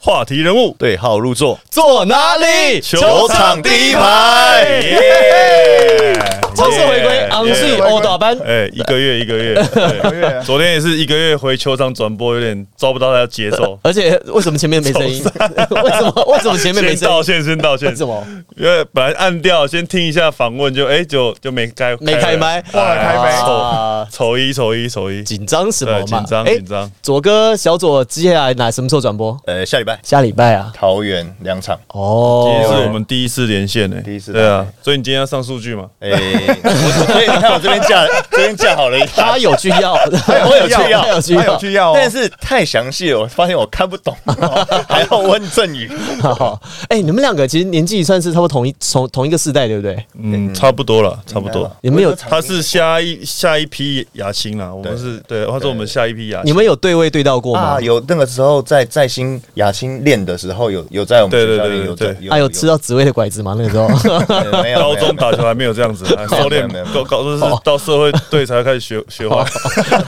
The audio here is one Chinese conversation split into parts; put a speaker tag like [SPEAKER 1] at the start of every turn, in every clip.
[SPEAKER 1] 话题人物
[SPEAKER 2] 对号入座，
[SPEAKER 3] 坐哪里？
[SPEAKER 2] 球场第一排
[SPEAKER 1] 耶
[SPEAKER 3] 正式回归昂
[SPEAKER 1] 耶
[SPEAKER 3] 睡欧大班。
[SPEAKER 1] 哎，一个月一个月，对
[SPEAKER 2] 月啊
[SPEAKER 1] 昨天也是一个月回球场转播，有点抓不到他的节奏。
[SPEAKER 3] 而且为什么前面没声音？为什么为什么前面
[SPEAKER 1] 先
[SPEAKER 3] 没声
[SPEAKER 1] 道
[SPEAKER 3] 音？
[SPEAKER 1] 歉，先道歉
[SPEAKER 3] 为。什么
[SPEAKER 1] 因为本来按掉，先听一下访问，就哎，就就没开
[SPEAKER 3] 没开麦？
[SPEAKER 1] 回来
[SPEAKER 2] 开麦
[SPEAKER 1] 哎
[SPEAKER 3] 啊
[SPEAKER 1] 丑丑一丑一丑一，
[SPEAKER 3] 紧张什么
[SPEAKER 1] 对
[SPEAKER 3] 嘛？
[SPEAKER 1] 紧张
[SPEAKER 3] 哎
[SPEAKER 1] 紧张。
[SPEAKER 3] 左哥，小左，接下来哪什么时候转播？
[SPEAKER 2] 呃，下礼拜
[SPEAKER 3] 下礼拜啊。
[SPEAKER 2] 桃园两场，
[SPEAKER 3] 哦，
[SPEAKER 1] 今天是我们第一次连线呢，
[SPEAKER 2] 第一次
[SPEAKER 1] 对啊，所以你今天要上数据嘛？
[SPEAKER 2] 哎，我所以你看我这边架，这边架好了一
[SPEAKER 3] 他
[SPEAKER 2] 台，
[SPEAKER 3] 有去要，
[SPEAKER 2] 我有去
[SPEAKER 3] 他有去
[SPEAKER 4] 他有
[SPEAKER 3] 要。
[SPEAKER 4] 去要、哦，
[SPEAKER 2] 但是太详细了，我发现我看不懂，还要问郑宇。
[SPEAKER 3] 好，哎，你们两个其实年纪算是差不多同一同同一个世代，对不对？
[SPEAKER 1] 嗯，差不多了，差不多。
[SPEAKER 3] 你们有
[SPEAKER 1] 他是下一下一批亚青啦，我们
[SPEAKER 2] 对
[SPEAKER 1] 是对，他是我们下一批亚青。
[SPEAKER 3] 你们有对位对到过吗
[SPEAKER 2] 啊，？有那个时候在在新亚青练的时候，有有在我们
[SPEAKER 1] 对
[SPEAKER 2] 学
[SPEAKER 1] 对
[SPEAKER 2] 校
[SPEAKER 1] 对
[SPEAKER 2] 练有
[SPEAKER 1] 对
[SPEAKER 2] 在
[SPEAKER 1] 对
[SPEAKER 3] 啊，有吃到紫薇的拐子吗？那个时候
[SPEAKER 2] 呃没有
[SPEAKER 1] 高中
[SPEAKER 2] 没有
[SPEAKER 1] 打球还没有这样子，哎收
[SPEAKER 2] 没有
[SPEAKER 1] 敛
[SPEAKER 2] 没有没有
[SPEAKER 1] 高
[SPEAKER 2] 哦
[SPEAKER 1] 高中是到社会队才开始学学画。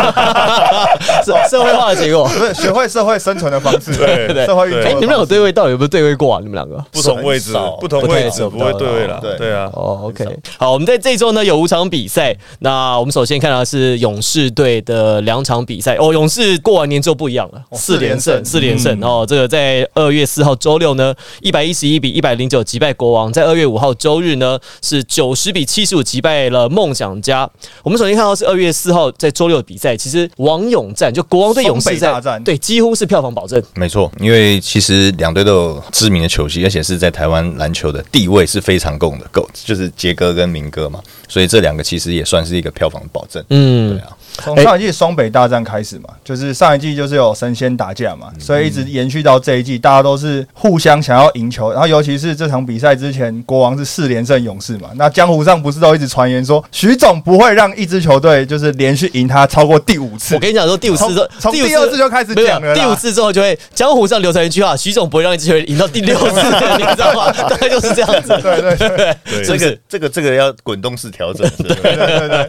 [SPEAKER 3] 社社会化的结果。
[SPEAKER 4] 不是学会社会生存的方式，
[SPEAKER 1] 对对
[SPEAKER 4] 社会运
[SPEAKER 1] 对
[SPEAKER 4] 作的方式。
[SPEAKER 3] 哎，你们俩有对位到，有没有对位过啊？你们两个？
[SPEAKER 1] 不同位置
[SPEAKER 2] 很少，
[SPEAKER 1] 不同
[SPEAKER 3] 不太
[SPEAKER 1] 位置
[SPEAKER 3] 找
[SPEAKER 1] 不
[SPEAKER 3] 不
[SPEAKER 1] 会
[SPEAKER 3] 到
[SPEAKER 1] 对位啦。
[SPEAKER 2] 对
[SPEAKER 1] 对啊，
[SPEAKER 3] 哦，OK，好，我们在这一周呢有五场比赛。那我们首先看到的是勇士队的两场比赛哦，勇士过完年之后不一样了，四连胜，四连胜哦。这个在二月四号周六呢，一百一十一比一百零九击败国王；在二月五号周日呢，是九十比七十五击败了梦想家。我们首先看到是二月四号在周六的比赛，其实王勇战就国王对勇士
[SPEAKER 4] 双北大
[SPEAKER 3] 战，
[SPEAKER 4] 战
[SPEAKER 3] 对几乎是票房保证。
[SPEAKER 2] 没错，因为其实两队都有知名的球星，而且是在台湾篮球的地位是非常共的，够就是杰哥跟明哥嘛，所以这两个其实也算是一个票房保证。
[SPEAKER 3] 嗯
[SPEAKER 2] 对，啊，
[SPEAKER 4] 从上一季双北大战开始嘛，就是上一季就是有神仙打架嘛，所以一直延续到这一季，大家都是互相想要赢球。然后尤其是这场比赛之前，国王是四连胜勇士嘛，那江湖上不是都一直传言说徐总不会让一支球队就是连续赢他超过第五次
[SPEAKER 3] 我。跟你讲说，第五次之后，
[SPEAKER 4] 从从第二次就开始
[SPEAKER 3] 没有
[SPEAKER 4] 讲了啦
[SPEAKER 3] 第五次之后就会江湖上流传一句话：徐总不会让一支球队赢到第六次，你知道 吗？大概就是这样子。
[SPEAKER 4] 对对
[SPEAKER 1] 对
[SPEAKER 4] 对
[SPEAKER 3] 是不
[SPEAKER 2] 这
[SPEAKER 3] 是
[SPEAKER 2] 个？这个这个要滚动式调整，对不对
[SPEAKER 4] 对对对，
[SPEAKER 3] 哎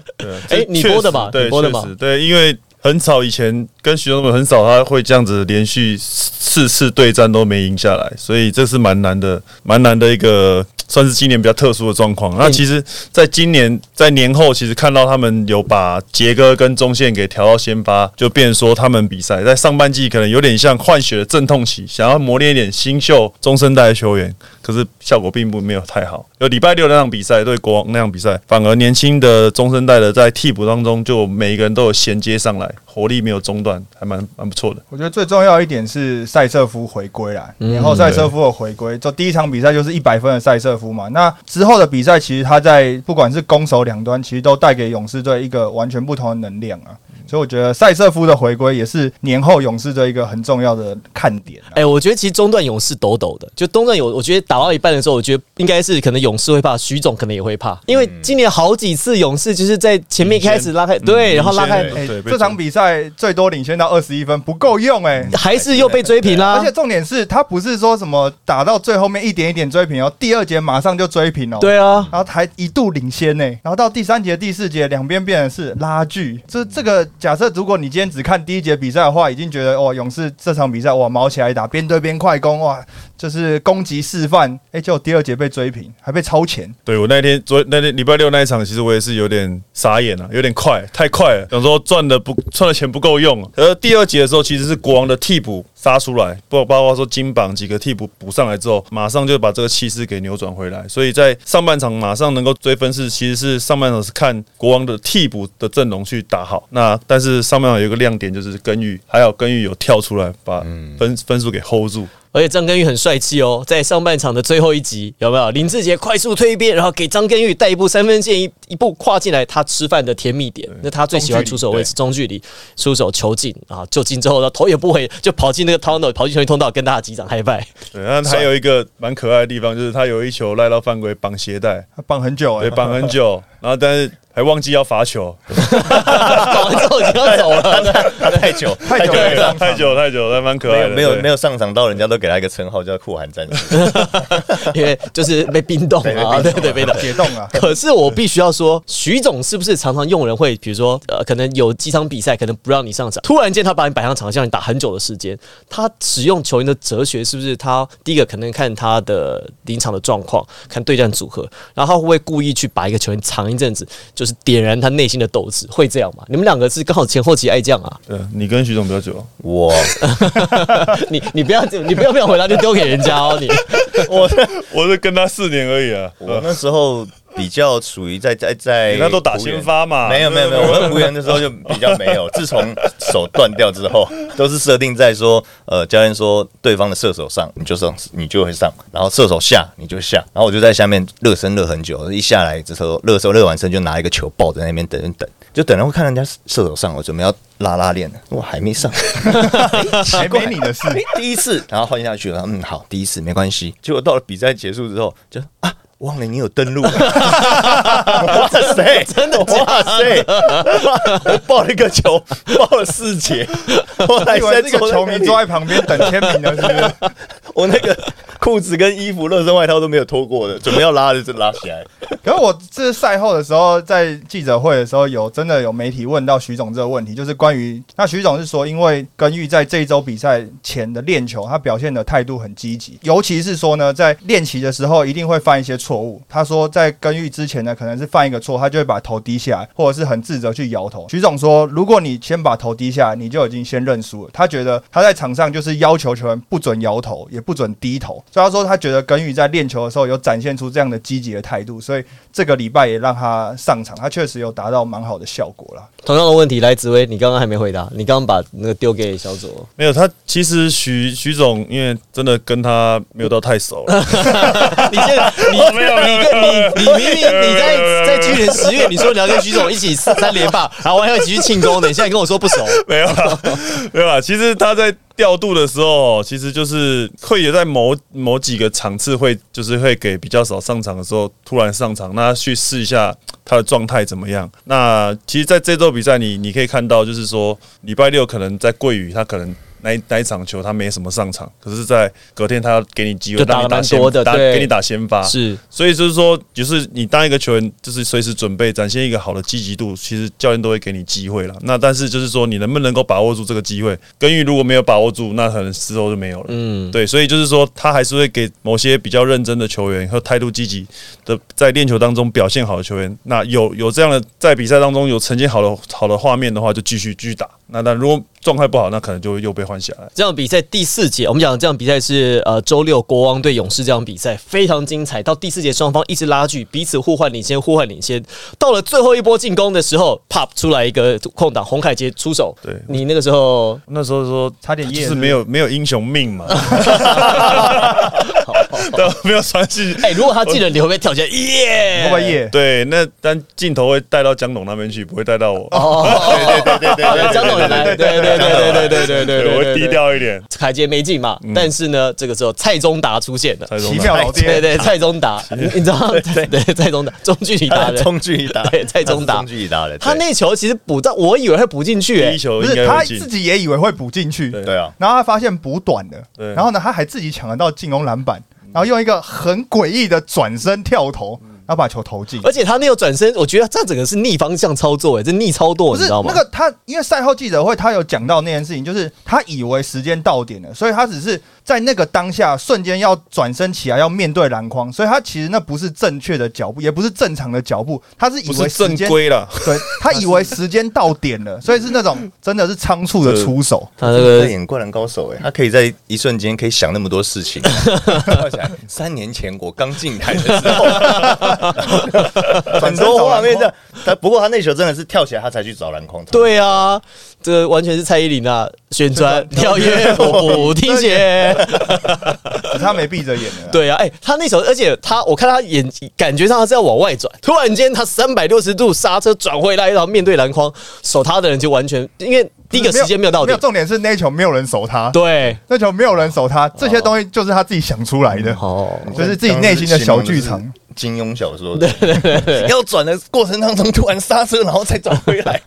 [SPEAKER 1] 这
[SPEAKER 3] 你
[SPEAKER 1] 确
[SPEAKER 3] 播的
[SPEAKER 1] 实
[SPEAKER 3] 吧
[SPEAKER 1] 对，
[SPEAKER 3] 你播的
[SPEAKER 1] 确
[SPEAKER 3] 吧
[SPEAKER 1] 实对，因为很少以前跟徐总统很少他会这样子连续四次对战都没赢下来，所以这是蛮难的，蛮难的一个。算是今年比较特殊的状况。
[SPEAKER 3] 嗯
[SPEAKER 1] 那其实，在今年在年后，其实看到他们有把杰哥跟中线给调到先发，就变成说他们比赛在上半季可能有点像换血的阵痛期，想要磨练一点新秀中生代的球员，可是效果并不没有太好。有礼拜六那场比赛对国王那场比赛，反而年轻的中生代的在替补当中，就每一个人都有衔接上来，活力没有中断，还蛮蛮不错的。
[SPEAKER 4] 我觉得最重要一点是塞瑟夫回归啦，然后塞瑟夫的回归，就第一场比赛就是一百分的塞瑟夫嘛。那之后的比赛，其实他在不管是攻守两端，其实都带给勇士队一个完全不同的能量啊。所以我觉得塞瑟夫的回归也是年后勇士队一个很重要的看点、啊。
[SPEAKER 3] 哎、我觉得其实中段勇士抖抖的，就中段有，我觉得打到一半的时候，我觉得应该是可能勇士会怕，徐总可能也会怕，因为今年好几次勇士就是在前面一开始拉开，对，然后拉开
[SPEAKER 1] 领，先
[SPEAKER 4] 哎、
[SPEAKER 1] 对被
[SPEAKER 4] 这场比赛最多领先到二十一分，不够用哎、
[SPEAKER 3] 还是又被追平啦、
[SPEAKER 4] 而且重点是他不是说什么打到最后面一点一点追平哦，第二节马上就追平哦。
[SPEAKER 3] 对啊，
[SPEAKER 4] 然后还一度领先呢、然后到第三节、第四节，两边变成是拉锯。这这个假设，如果你今天只看第一节比赛的话，已经觉得哦，勇士这场比赛哇，毛起来打，边对边快攻，哇，就是攻击示范。哎，结果第二节被追平，还被超前。
[SPEAKER 1] 对我那天昨那天礼拜六那一场，其实我也是有点傻眼了、啊，有点快，太快了，想说赚的不赚的钱不够用、啊。而第二节的时候，其实是国王的替补杀出来，不包括说金榜几个替补补上来之后，马上就把这个气势给扭转回来。所以在上半场马上能够追分是，其实是上半场是看国王的替补的阵容去打好。那但是上半场有一个亮点就是根玉，还有根玉有跳出来把分分数给 hold 住。
[SPEAKER 3] 而且张根玉很帅气哦，在上半场的最后一集，有没有林志杰快速推边，然后给张根玉带一步三分线一一步跨进来，他吃饭的甜蜜点，那他最喜欢出手位置嗯中距离出手球进啊，就进之后呢头也不回就跑进那个 tunnel，跑进球员通道跟大家击掌嗨拜，
[SPEAKER 1] 对，那还有一个蛮可爱的地方就是他有一球赖到犯规绑鞋带。
[SPEAKER 4] 他绑很久哎、
[SPEAKER 1] 对，绑很久，然后但是还忘记要罚球，
[SPEAKER 3] 打完之后已经要走了，
[SPEAKER 2] 他 太久
[SPEAKER 4] 太久
[SPEAKER 1] 对
[SPEAKER 4] 了，上场
[SPEAKER 1] 太久太久了，蛮可
[SPEAKER 2] 没
[SPEAKER 1] 爱
[SPEAKER 2] 有
[SPEAKER 1] 的。
[SPEAKER 2] 没有
[SPEAKER 1] 对
[SPEAKER 2] 没有上场到，人家都给他一个称号叫酷寒战士。
[SPEAKER 3] 因为就是被冰冻啊，对对被冻。
[SPEAKER 4] 解冻啊。
[SPEAKER 3] 可是我必须要说，徐总是不是常常用人会，比如说呃，可能有几场比赛可能不让你上场，突然间他把你摆上场，让你打很久的时间。他使用球员的哲学是不是他第一个可能看他的临场的状况，看对战组合，然后他会不会故意去把一个球员藏一阵子，就是点燃他内心的斗志，会这样吗？你们两个是刚好前后期爱将啊，
[SPEAKER 1] 对你跟徐总比较久，
[SPEAKER 2] 我
[SPEAKER 3] 你你不要你不要不要回答就丢给人家哦，你
[SPEAKER 2] 我
[SPEAKER 1] 我是跟他四年而已啊。
[SPEAKER 2] 我那时候比较属于在在在，
[SPEAKER 1] 你那都打先发嘛
[SPEAKER 2] 没有没有没有，我在湖人的时候就比较没有。自从手断掉之后，都是设定在说，呃，教练说对方的射手上，你就上，你就会上；然后射手下，你就下。然后我就在下面热身热很久，一下来之后热身热完身就拿一个球抱在那边等等，就等然后看人家射手上，我准备要拉拉链了，我还没上。
[SPEAKER 4] 还没你的事，
[SPEAKER 2] 哎第一次，然后换下去了，嗯，好，第一次没关系。结果到了比赛结束之后，就啊。忘了你有登录，哇塞，真的，哇塞，我抱了一个球，抱了四节，后来
[SPEAKER 4] 以为
[SPEAKER 2] 在
[SPEAKER 4] 这个
[SPEAKER 2] 坐在
[SPEAKER 4] 球
[SPEAKER 2] 那
[SPEAKER 4] 迷
[SPEAKER 2] 里
[SPEAKER 4] 坐在旁边等签名的，是不是？
[SPEAKER 2] 我那个裤子跟衣服、热身外套都没有脱过的，准备要拉的就拉起来，
[SPEAKER 4] 可是我这赛后的时候，在记者会的时候，有真的有媒体问到徐总这个问题，就是关于那徐总是说，因为根玉在这一周比赛前的练球，他表现的态度很积极，尤其是说呢，在练习的时候一定会犯一些错误。他说，在根玉之前呢，可能是犯一个错，他就会把头低下来，或者是很自责去摇头。徐总说，如果你先把头低下来，你就已经先认输了。他觉得他在场上就是要求球员不准摇头，也不准低头。所以他说，他觉得根玉在练球的时候有展现出这样的积极的态度，所以这个礼拜也让他上场，他确实有达到蛮好的效果啦。
[SPEAKER 3] 同样的问题，来紫薇，你刚刚还没回答，你刚刚把那个丢给小 左，
[SPEAKER 1] 没有他，其实徐徐总因为真的跟他没有到太熟了，
[SPEAKER 3] 你现在你
[SPEAKER 1] 没有没有
[SPEAKER 3] 你你明明你在在去年十月，你说你要跟徐总一起三连霸，然后我还要一起去庆功的，你现在跟我说不熟，
[SPEAKER 1] 没有啦， 没有啦。啊其实他在调度的时候，其实就是会也在某某几个场次会，就是会给比较少上场的时候突然上场，那他去试一下他的状态怎么样。那其实在这周比赛你，你可以看到，就是说礼拜六可能在桂宇，他可能。那一那一场球他没什么上场，可是，在隔天他要给你机会，
[SPEAKER 3] 就打
[SPEAKER 1] 让你
[SPEAKER 3] 得蛮
[SPEAKER 1] 先
[SPEAKER 3] 多的
[SPEAKER 1] 打
[SPEAKER 3] 对
[SPEAKER 1] 给你打先发，
[SPEAKER 3] 是
[SPEAKER 1] 所以 就是说，就是你当一个球员，就是随时准备展现一个好的积极度，其实教练都会给你机会啦。那但是就是说，你能不能够把握住这个机会？根玉如果没有把握住，那可能之后就没有了。嗯，对，所以就是说，他还是会给某些比较认真的球员和态度积极的在练球当中表现好的球员，那有有这样的在比赛当中有呈现好的好的画面的话，就继续继续打。那那如果状态不好，那可能就又被换下来。
[SPEAKER 3] 这场比赛第四节，我们讲这场比赛是呃周六国王对勇士这场比赛非常精彩，到第四节双方一直拉锯，彼此互换领先，互换领先，到了最后一波进攻的时候，pop 出来一个空档，洪凯杰出手，
[SPEAKER 1] 对
[SPEAKER 3] 你那个时候
[SPEAKER 1] 那时候说
[SPEAKER 4] 差点
[SPEAKER 1] 就
[SPEAKER 4] 噎
[SPEAKER 1] 是
[SPEAKER 4] 是
[SPEAKER 1] 没有没有英雄命嘛，
[SPEAKER 3] 好好好
[SPEAKER 1] 对，没有传进去。
[SPEAKER 3] 哎、如果他进了，你会不会跳起来？耶、
[SPEAKER 4] 会不会耶？
[SPEAKER 1] 对，那但镜头会带到江董那边去，不会带到我。
[SPEAKER 3] 哦，
[SPEAKER 2] 对对对对对，
[SPEAKER 3] 张总也来，对对对对对对对对
[SPEAKER 1] 对，我
[SPEAKER 3] 对，
[SPEAKER 1] 会低。调一点。
[SPEAKER 3] 凯杰没进嘛，但是呢，这个时候蔡宗达出现了。
[SPEAKER 1] 蔡宗
[SPEAKER 4] 奇
[SPEAKER 1] 南
[SPEAKER 4] 妙老
[SPEAKER 3] 对
[SPEAKER 4] 爹，
[SPEAKER 3] 对，蔡宗达，你知道对对蔡宗达中距离打
[SPEAKER 2] 打
[SPEAKER 3] 的，
[SPEAKER 2] 中距离打，
[SPEAKER 3] 对蔡宗达
[SPEAKER 2] 中距离打的，
[SPEAKER 3] 他那球其实补到，我以为会补进去，
[SPEAKER 1] 第
[SPEAKER 3] 哎
[SPEAKER 1] 一，球
[SPEAKER 4] 不
[SPEAKER 1] 应
[SPEAKER 4] 是
[SPEAKER 1] 该
[SPEAKER 4] 他
[SPEAKER 1] 会进
[SPEAKER 4] 自。己也以为会补进去，
[SPEAKER 1] 对
[SPEAKER 2] 对啊，
[SPEAKER 4] 然后他发现补短了
[SPEAKER 1] 对，
[SPEAKER 4] 然后呢，他还自己抢得到进攻篮板，然后用一个很诡异的转身跳投，
[SPEAKER 3] 嗯
[SPEAKER 4] 然后把球投进。
[SPEAKER 3] 而且他那个转身，我觉得这整个是逆方向操作，哎，这逆操作，
[SPEAKER 4] 不
[SPEAKER 3] 你
[SPEAKER 4] 是
[SPEAKER 3] 知道吗
[SPEAKER 4] 那？个他，因为赛后记者会他有讲到那件事情，就是他以为时间到点了，所以他只是在那个当下瞬间要转身起来，要面对篮筐，所以他其实那不是正确的脚步，也不是正常的脚步，他是以
[SPEAKER 1] 不是
[SPEAKER 4] 为时
[SPEAKER 1] 正
[SPEAKER 4] 间
[SPEAKER 1] 规啦，
[SPEAKER 4] 对他以为时间到点了，所以是那种真的是仓促的出手。
[SPEAKER 3] 他那
[SPEAKER 2] 他
[SPEAKER 3] 个
[SPEAKER 2] 演《灌篮高手》哎，他可以在一瞬间可以想那么多事情。跳起来三年前我刚进台的时候，很多画面这样。他不过他那球真的是跳起来，他才去找篮筐。，
[SPEAKER 3] 对啊，这个完全是蔡依林啊，旋转跳跃，我不听写。
[SPEAKER 4] 可是他没闭着眼的，
[SPEAKER 3] 对啊，哎、他那时候，而且他，我看他眼感觉上他是要往外转，突然间他三百六十度刹车转回来，然后面对篮筐，守他的人就完全因为第一个时间没有到
[SPEAKER 4] 没
[SPEAKER 3] 点
[SPEAKER 4] 有，重点是那一球没有人守他，
[SPEAKER 3] 对，
[SPEAKER 4] 那球没有人守他，这些东西就是他自己想出来的，
[SPEAKER 3] 哦，
[SPEAKER 4] 就是自己内心的小剧场。
[SPEAKER 2] 金庸小说的，要转的过程当中突然刹车，然后再转回来。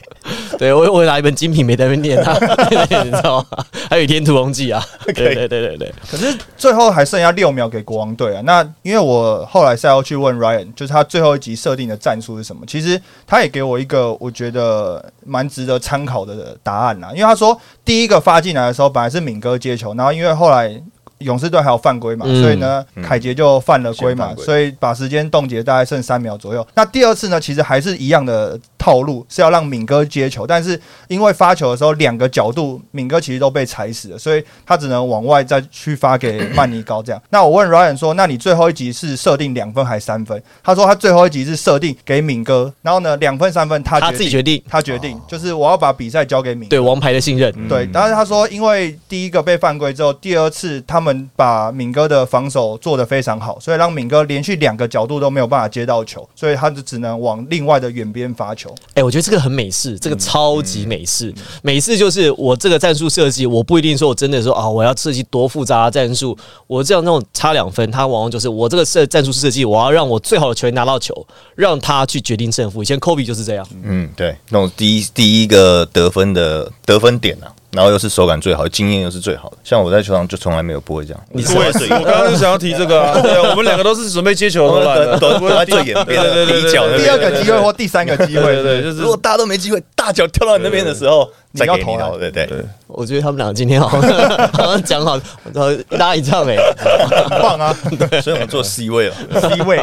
[SPEAKER 3] 对我我拿一本《精品》没在那边念啊， 你知道吗？还有《倚天屠龙记》啊，对对对对对，
[SPEAKER 4] 可是最后还剩下六秒给国王队啊。那因为我后来赛后去问 Ryan，就是他最后一集设定的战术是什么？其实他也给我一个我觉得蛮值得参考的答案啊啦。因为他说第一个发进来的时候，本来是敏哥接球，然后因为后来勇士队还有犯规嘛，
[SPEAKER 3] 嗯
[SPEAKER 4] 所以呢，凯杰就犯了规嘛
[SPEAKER 2] 先犯，规
[SPEAKER 4] 所以把时间冻结大概剩三秒左右。那第二次呢，其实还是一样的套路，是要让敏哥接球，但是因为发球的时候两个角度，敏哥其实都被踩死了，所以他只能往外再去发给曼尼高这样。 那我问 Ryan 说，那你最后一集是设定两分还是三分？他说他最后一集是设定给敏哥，然后呢两分三分他
[SPEAKER 3] 他
[SPEAKER 4] 定
[SPEAKER 3] 自己决定，
[SPEAKER 4] 他决定，就是我要把比赛交给敏哥。
[SPEAKER 3] 对王牌的信任，
[SPEAKER 1] 嗯
[SPEAKER 4] 对，但是他说，因为第一个被犯规之后，第二次他们把敏哥的防守做得非常好，所以让敏哥连续两个角度都没有办法接到球，所以他就只能往另外的远边发球。
[SPEAKER 3] 哎、我觉得这个很美式，这个超级美式。美式就是我这个战术设计，我不一定说我真的说啊，我要设计多复杂的战术，我这样那种差两分，它往往就是我这个设战术设计，我要让我最好的球员拿到球，让他去决定胜负。以前 Kobe 就是这样，
[SPEAKER 2] 嗯，对，那种第一第一个得分的得分点啊，然后又是手感最好，经验又是最好的。像我在球场就从来没有不会这样，
[SPEAKER 1] 你我也是，我刚刚就想要提这个啊。对啊，我们两个都是准备接球
[SPEAKER 2] 我
[SPEAKER 1] 的懒
[SPEAKER 2] 躲
[SPEAKER 1] 人，
[SPEAKER 2] 躲躲在最远
[SPEAKER 1] 对对
[SPEAKER 2] 边的
[SPEAKER 1] 对对
[SPEAKER 2] 底角 那
[SPEAKER 1] 对
[SPEAKER 2] 边。
[SPEAKER 4] 第二个机会或第 三个机
[SPEAKER 1] 对
[SPEAKER 4] 会，
[SPEAKER 1] 对，就是
[SPEAKER 2] 如果大家都没机会，大脚跳到你那边的时候，再
[SPEAKER 4] 对对对
[SPEAKER 2] 给你
[SPEAKER 4] 你要
[SPEAKER 2] 投，
[SPEAKER 4] 投
[SPEAKER 2] 对对
[SPEAKER 1] 对
[SPEAKER 3] 我觉得他们俩今天好像 好像讲好，然后拉一仗哎、
[SPEAKER 4] 很棒啊
[SPEAKER 2] 对，所以我们做 C 位了。
[SPEAKER 4] ，C 位。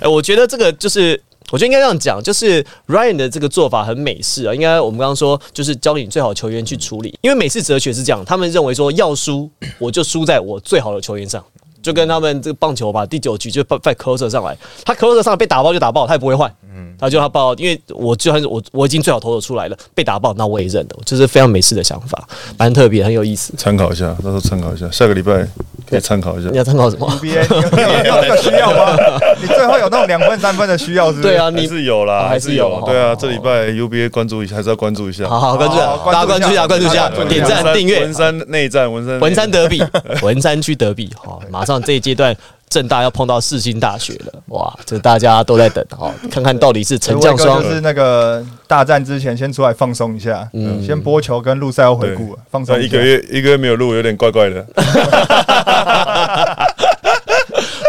[SPEAKER 3] 哎、我觉得这个就是。我觉得应该这样讲，就是 Ryan 的这个做法很美式啊。应该我们刚刚说，就是教你最好球员去处理，因为美式哲学是这样，他们认为说要输，我就输在我最好的球员上，就跟他们这个棒球吧，第九局就放放 closer 上来，他 closer 上来被打爆就打爆，他也不会换，嗯，他就他爆，因为我就算是我我已经最好投手出来了，被打爆那我也认了，这是非常美式的想法，蛮特别，很有意思。
[SPEAKER 1] 参考一下，到时候参考一下，下个礼拜可以参考一下
[SPEAKER 3] 你。要参考什 么？
[SPEAKER 4] NBA 有有有需要吗？你最后有那种两分三分的需要是不是？
[SPEAKER 3] 对啊，
[SPEAKER 1] 还
[SPEAKER 3] 你
[SPEAKER 1] 是有
[SPEAKER 3] 哦
[SPEAKER 1] 啦，
[SPEAKER 3] 还
[SPEAKER 1] 还
[SPEAKER 3] 是
[SPEAKER 1] 是
[SPEAKER 3] 有
[SPEAKER 1] 有。对
[SPEAKER 3] 哦
[SPEAKER 1] 啊，这礼拜 UBA 关注一下，还是要关注一下。啊
[SPEAKER 3] 好好关注一下，
[SPEAKER 4] 好
[SPEAKER 3] 大家关注一下，关
[SPEAKER 4] 关
[SPEAKER 3] 注
[SPEAKER 4] 注
[SPEAKER 3] 一
[SPEAKER 4] 一
[SPEAKER 3] 下
[SPEAKER 4] 下，
[SPEAKER 1] 对
[SPEAKER 3] 点
[SPEAKER 1] 文
[SPEAKER 3] 赞
[SPEAKER 1] 山
[SPEAKER 3] 订阅
[SPEAKER 1] 文。山内战，文山
[SPEAKER 3] 文山德比，文山区德比，好、马上这一阶段正大要碰到世新大学了，哇，这大家都在等，好、看看到底是
[SPEAKER 4] 所以
[SPEAKER 3] 陈
[SPEAKER 4] 威
[SPEAKER 3] 将
[SPEAKER 4] 哥
[SPEAKER 3] 双
[SPEAKER 4] 就，是那个大战之前先出来放松一下，嗯，先播球跟路赛要回
[SPEAKER 1] 对
[SPEAKER 4] 顾，放松
[SPEAKER 1] 一
[SPEAKER 4] 下
[SPEAKER 1] 个。月一个月没有录，有点怪怪的。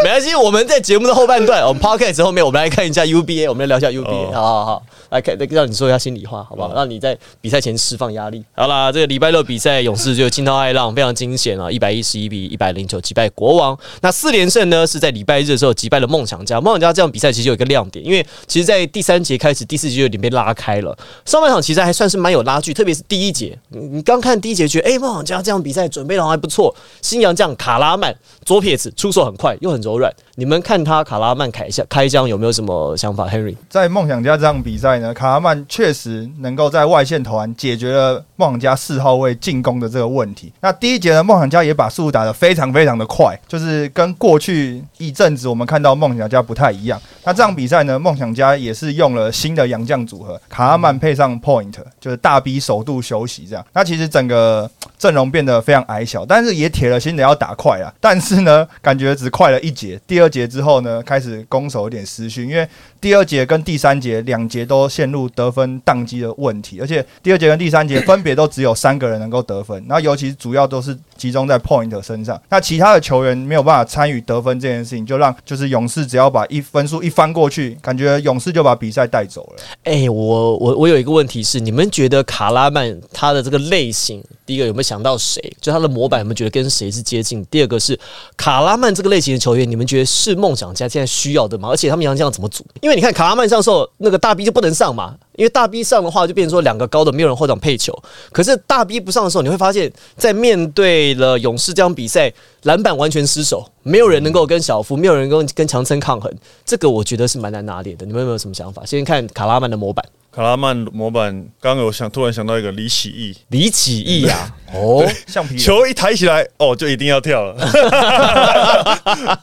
[SPEAKER 3] 没关系，我们在节目的后半段，我们 podcast 后面，我们来看一下 UBA，我们来聊一下
[SPEAKER 1] 哦
[SPEAKER 3] UBA，、好好好，来看，让你说一下心里话，好不好？让你在比赛前释放压力。好啦，这个礼拜六比赛，勇士就惊涛骇浪，非常惊险啊，一百一十一比一百零九击败国王。那四连胜呢，是在礼拜日的时候击败了梦想家。梦想家这场比赛其实有一个亮点，因为其实，在第三节开始，第四节就有点被拉开了。上半场其实还算是蛮有拉锯，特别是第一节，你你刚看第一节觉得，哎、梦想家这场比赛准备的还不错。新洋将卡拉曼左撇子出手很快又很柔软，你们看他卡拉曼开一下开箱有没有什么想法？Henry，
[SPEAKER 4] 在梦想家这场比赛呢，卡拉曼确实能够在外线投篮解决了梦想家四号位进攻的这个问题。那第一节呢，梦想家也把速度打得非常非常的快，就是跟过去一阵子我们看到梦想家不太一样。那这场比赛呢，梦想家也是用了新的洋将组合，卡拉曼配上 Point，就是大 B 首度休息这样。那其实整个阵容变得非常矮小，但是也铁了心的要打快啊。但是呢，感觉只快了一节，第二节之后呢，开始攻守有点失序，因为第二节跟第三节两节都陷入得分宕机的问题，而且第二节跟第三节分别都只有三个人能够得分，那尤其主要都是集中在 Point 身上，那其他的球员没有办法参与得分这件事情，就让就是勇士只要把一分数一翻过去，感觉勇士就把比赛带走了。
[SPEAKER 3] 哎、我我我有一个问题是，你们觉得卡拉曼他的这个类型，第一个有没有想到谁？就他的模板有没有觉得跟谁是接近？第二个是卡拉曼这个类型的球员，你们觉得是梦想家现在需要的吗？而且他们洋将怎么组？因为你看卡拉曼上的时候，那个大 B 就不能上嘛，因为大 B 上的话就变成说两个高的没有人后场配球。可是大 B 不上的时候，你会发现在面对了勇士这场比赛，篮板完全失手，没有人能够跟小夫，没有人跟跟强森抗衡，这个我觉得是蛮难拿捏的。你们有没有什么想法？先看卡拉曼的模板，
[SPEAKER 1] 卡拉曼模板，刚刚有想突然想到一个李启义，
[SPEAKER 3] 李启义啊，哦，
[SPEAKER 4] 橡皮人
[SPEAKER 1] 球一抬起来，哦，就一定要跳了。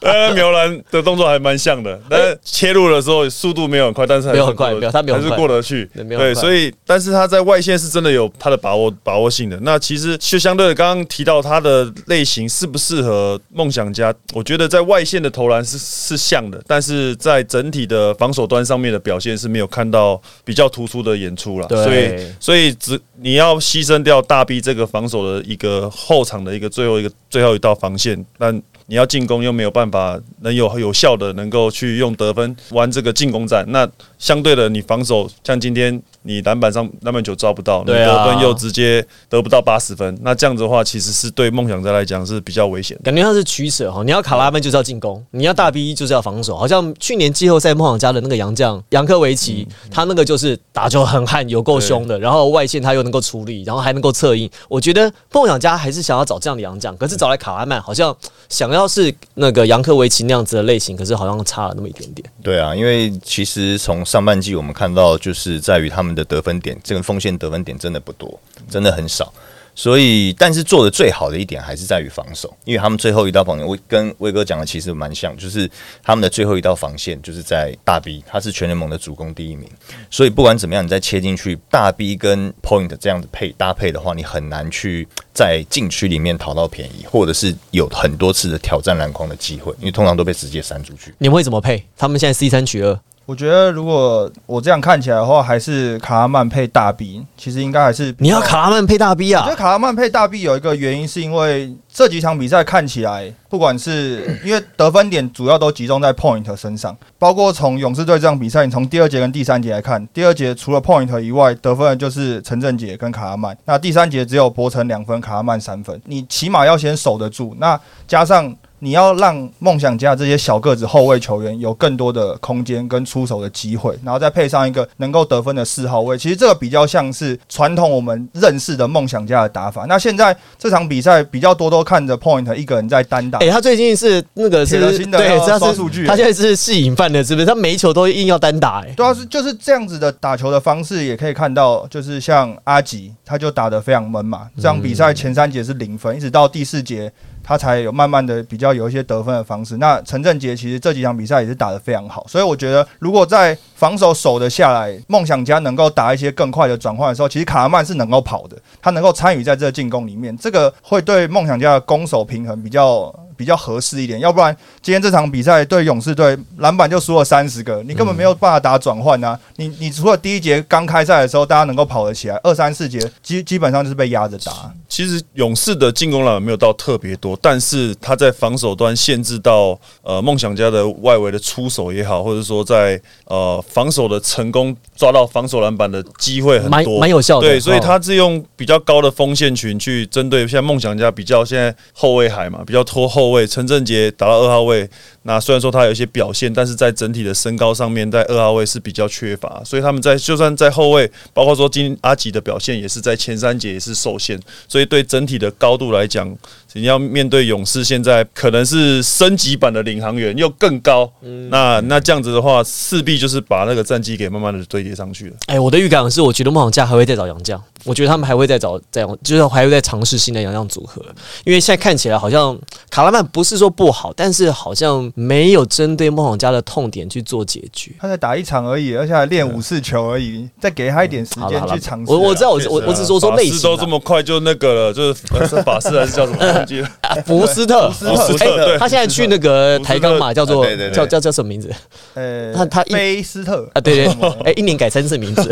[SPEAKER 1] 呃，苗兰的动作还蛮像的，但是切入的时候速度没有很快，但是还是
[SPEAKER 3] 哎没有很快
[SPEAKER 1] 过得
[SPEAKER 3] 没有他没有
[SPEAKER 1] 还
[SPEAKER 3] 很
[SPEAKER 1] 是
[SPEAKER 3] 快
[SPEAKER 1] 过得去。
[SPEAKER 3] 对没有很
[SPEAKER 1] 对，
[SPEAKER 3] 快
[SPEAKER 1] 所以但是他在外线是真的有他的把握把握性的。那其实就相对的刚刚提到他的类型适不适合梦想家，我觉得在外线的投篮是是像的，但是在整体的防守端上面的表现是没有看到比较突出的演出了，
[SPEAKER 3] 对
[SPEAKER 1] 所以所以只你要牺牲掉大 B 这个防守的一个后场的一个最后一个最后一道防线，但你要进攻又没有办法能有有效的能够去用得分玩这个进攻战，那相对的你防守像今天你篮板上篮板球抓不到，你
[SPEAKER 3] 对
[SPEAKER 1] 得
[SPEAKER 3] 啊
[SPEAKER 1] 分又直接得不到八十分，那这样子的话其实是对梦想家来讲是比较危险的。
[SPEAKER 3] 感觉像是取舍哈。你要卡拉曼就是要进攻，
[SPEAKER 4] 嗯
[SPEAKER 3] 你要大 B 就是要防守。好像去年季后赛梦想家的那个洋将杨科维奇，
[SPEAKER 4] 嗯
[SPEAKER 3] 他那个就是打球很悍，有够凶的，然后外线他又能够处理，然后还能够策应。我觉得梦想家还是想要找这样的洋将，可是找来卡拉曼好像想要是那个杨科维奇那样子的类型，可是好像差了那么一点点。
[SPEAKER 2] 对啊，因为其实从上半季我们看到，就是在于他们的得分点，这个锋线得分点真的不多，真的很少。所以，但是做的最好的一点还是在于防守，因为他们最后一道防线，我跟威哥讲的其实蛮像，就是他们的最后一道防线就是在大 B，他是全联盟的主攻第一名，所以不管怎么样，你再切进去大 B 跟 Point 这样子配搭配的话，你很难去在禁区里面讨到便宜，或者是有很多次的挑战篮筐的机会，因为通常都被直接删出去。
[SPEAKER 3] 你们会怎么配？他们现在 C 三取二，
[SPEAKER 4] 我觉得如果我这样看起来的话，还是卡拉曼配大 B，其实应该还是
[SPEAKER 3] 你要。卡拉曼配大 B
[SPEAKER 4] 我觉得
[SPEAKER 3] 啊？
[SPEAKER 4] 卡拉曼配大 B 有一个原因，是因为这几场比赛看起来， 不管是 因为得分点主要都集中在 Point 身上，包括从勇士队这场比赛，你从第二节跟第三节来看，第二节除了 Point 以外，得分的就是陈振杰跟卡拉曼，那第三节只有博成两分，卡拉曼三分，你起码要先守得住，那加上。你要让梦想家这些小个子后卫球员有更多的空间跟出手的机会，然后再配上一个能够得分的四号位，其实这个比较像是传统我们认识的梦想家的打法。那现在这场比赛比较多都看着 Point 一个人在单打
[SPEAKER 3] 哎、，他最近是那个是
[SPEAKER 4] 铁了心的
[SPEAKER 3] 对，
[SPEAKER 4] 要
[SPEAKER 3] 他
[SPEAKER 4] 刷
[SPEAKER 3] 是
[SPEAKER 4] 数据
[SPEAKER 3] 他现在是是引犯的，是不是？他每一球都硬要单打、哎，
[SPEAKER 4] 对啊，是就是这样子的打球的方式，也可以看到，就是像阿吉，他就打得非常闷嘛。这场比赛前三节是零分，一直到第四节，他才有慢慢的比较有一些得分的方式。那陈振杰其实这几场比赛也是打得非常好，所以我觉得如果在防守守得下来，梦想家能够打一些更快的转换的时候，其实卡拉曼是能够跑的，他能够参与在这个进攻里面，这个会对梦想家的攻守平衡比较比较合适一点，要不然今天这场比赛对勇士队篮板就输了三十个，你根本没有办法打转换啊！你你除了第一节刚开赛的时候大家能够跑得起来，二三四节基基本上就是被压着打。
[SPEAKER 1] 其实勇士的进攻篮板没有到特别多，但是他在防守端限制到呃梦想家的外围的出手也好，或者说在呃防守的成功抓到防守篮板的机会很
[SPEAKER 3] 蛮
[SPEAKER 1] 多，
[SPEAKER 3] 蛮有效的
[SPEAKER 1] 对，所以
[SPEAKER 3] 哦
[SPEAKER 1] 他是用比较高的锋线群去针对像梦想家比较现在后卫海嘛，比较拖后卫，陈振杰打到二号位，那虽然说他有一些表现，但是在整体的身高上面，在二号位是比较缺乏，所以他们在就算在后卫，包括说今阿吉的表现也是在前三节也是受限，所以对整体的高度来讲，你要面对勇士现在可能是升级版的领航员又更高，那那这样子的话，势必就是把那个战绩给慢慢的堆叠上去了。
[SPEAKER 3] 哎、我的预感是，我觉得梦想家还会再找洋将，我觉得他们还会再找再用，就是还会再尝试新的洋将组合，因为现在看起来好像卡拉曼不是说不好，但是好像没有针对梦想家的痛点去做解决。
[SPEAKER 4] 他才打一场而已，而且还练五次球而已，再给他一点时
[SPEAKER 3] 好了
[SPEAKER 4] 间
[SPEAKER 3] 好
[SPEAKER 4] 去
[SPEAKER 3] 了
[SPEAKER 4] 尝，试啊。
[SPEAKER 3] 我我知道我是我
[SPEAKER 2] 确实啊
[SPEAKER 3] 我只是说说类
[SPEAKER 1] 法师
[SPEAKER 3] 型
[SPEAKER 1] 都
[SPEAKER 3] 啦
[SPEAKER 1] 这，么快就那个了，就是呃是法师还是叫什么？忘记了。
[SPEAKER 3] 啊福斯特，
[SPEAKER 4] 福斯特
[SPEAKER 1] 福斯特
[SPEAKER 3] 哎他现在去那个
[SPEAKER 1] 福斯特
[SPEAKER 3] 台钢嘛，叫做
[SPEAKER 2] 对对对
[SPEAKER 3] 叫叫叫什么名字
[SPEAKER 4] 呃，
[SPEAKER 3] 他他一
[SPEAKER 4] 菲斯特
[SPEAKER 3] 啊？对对，哎，一年改三次名字，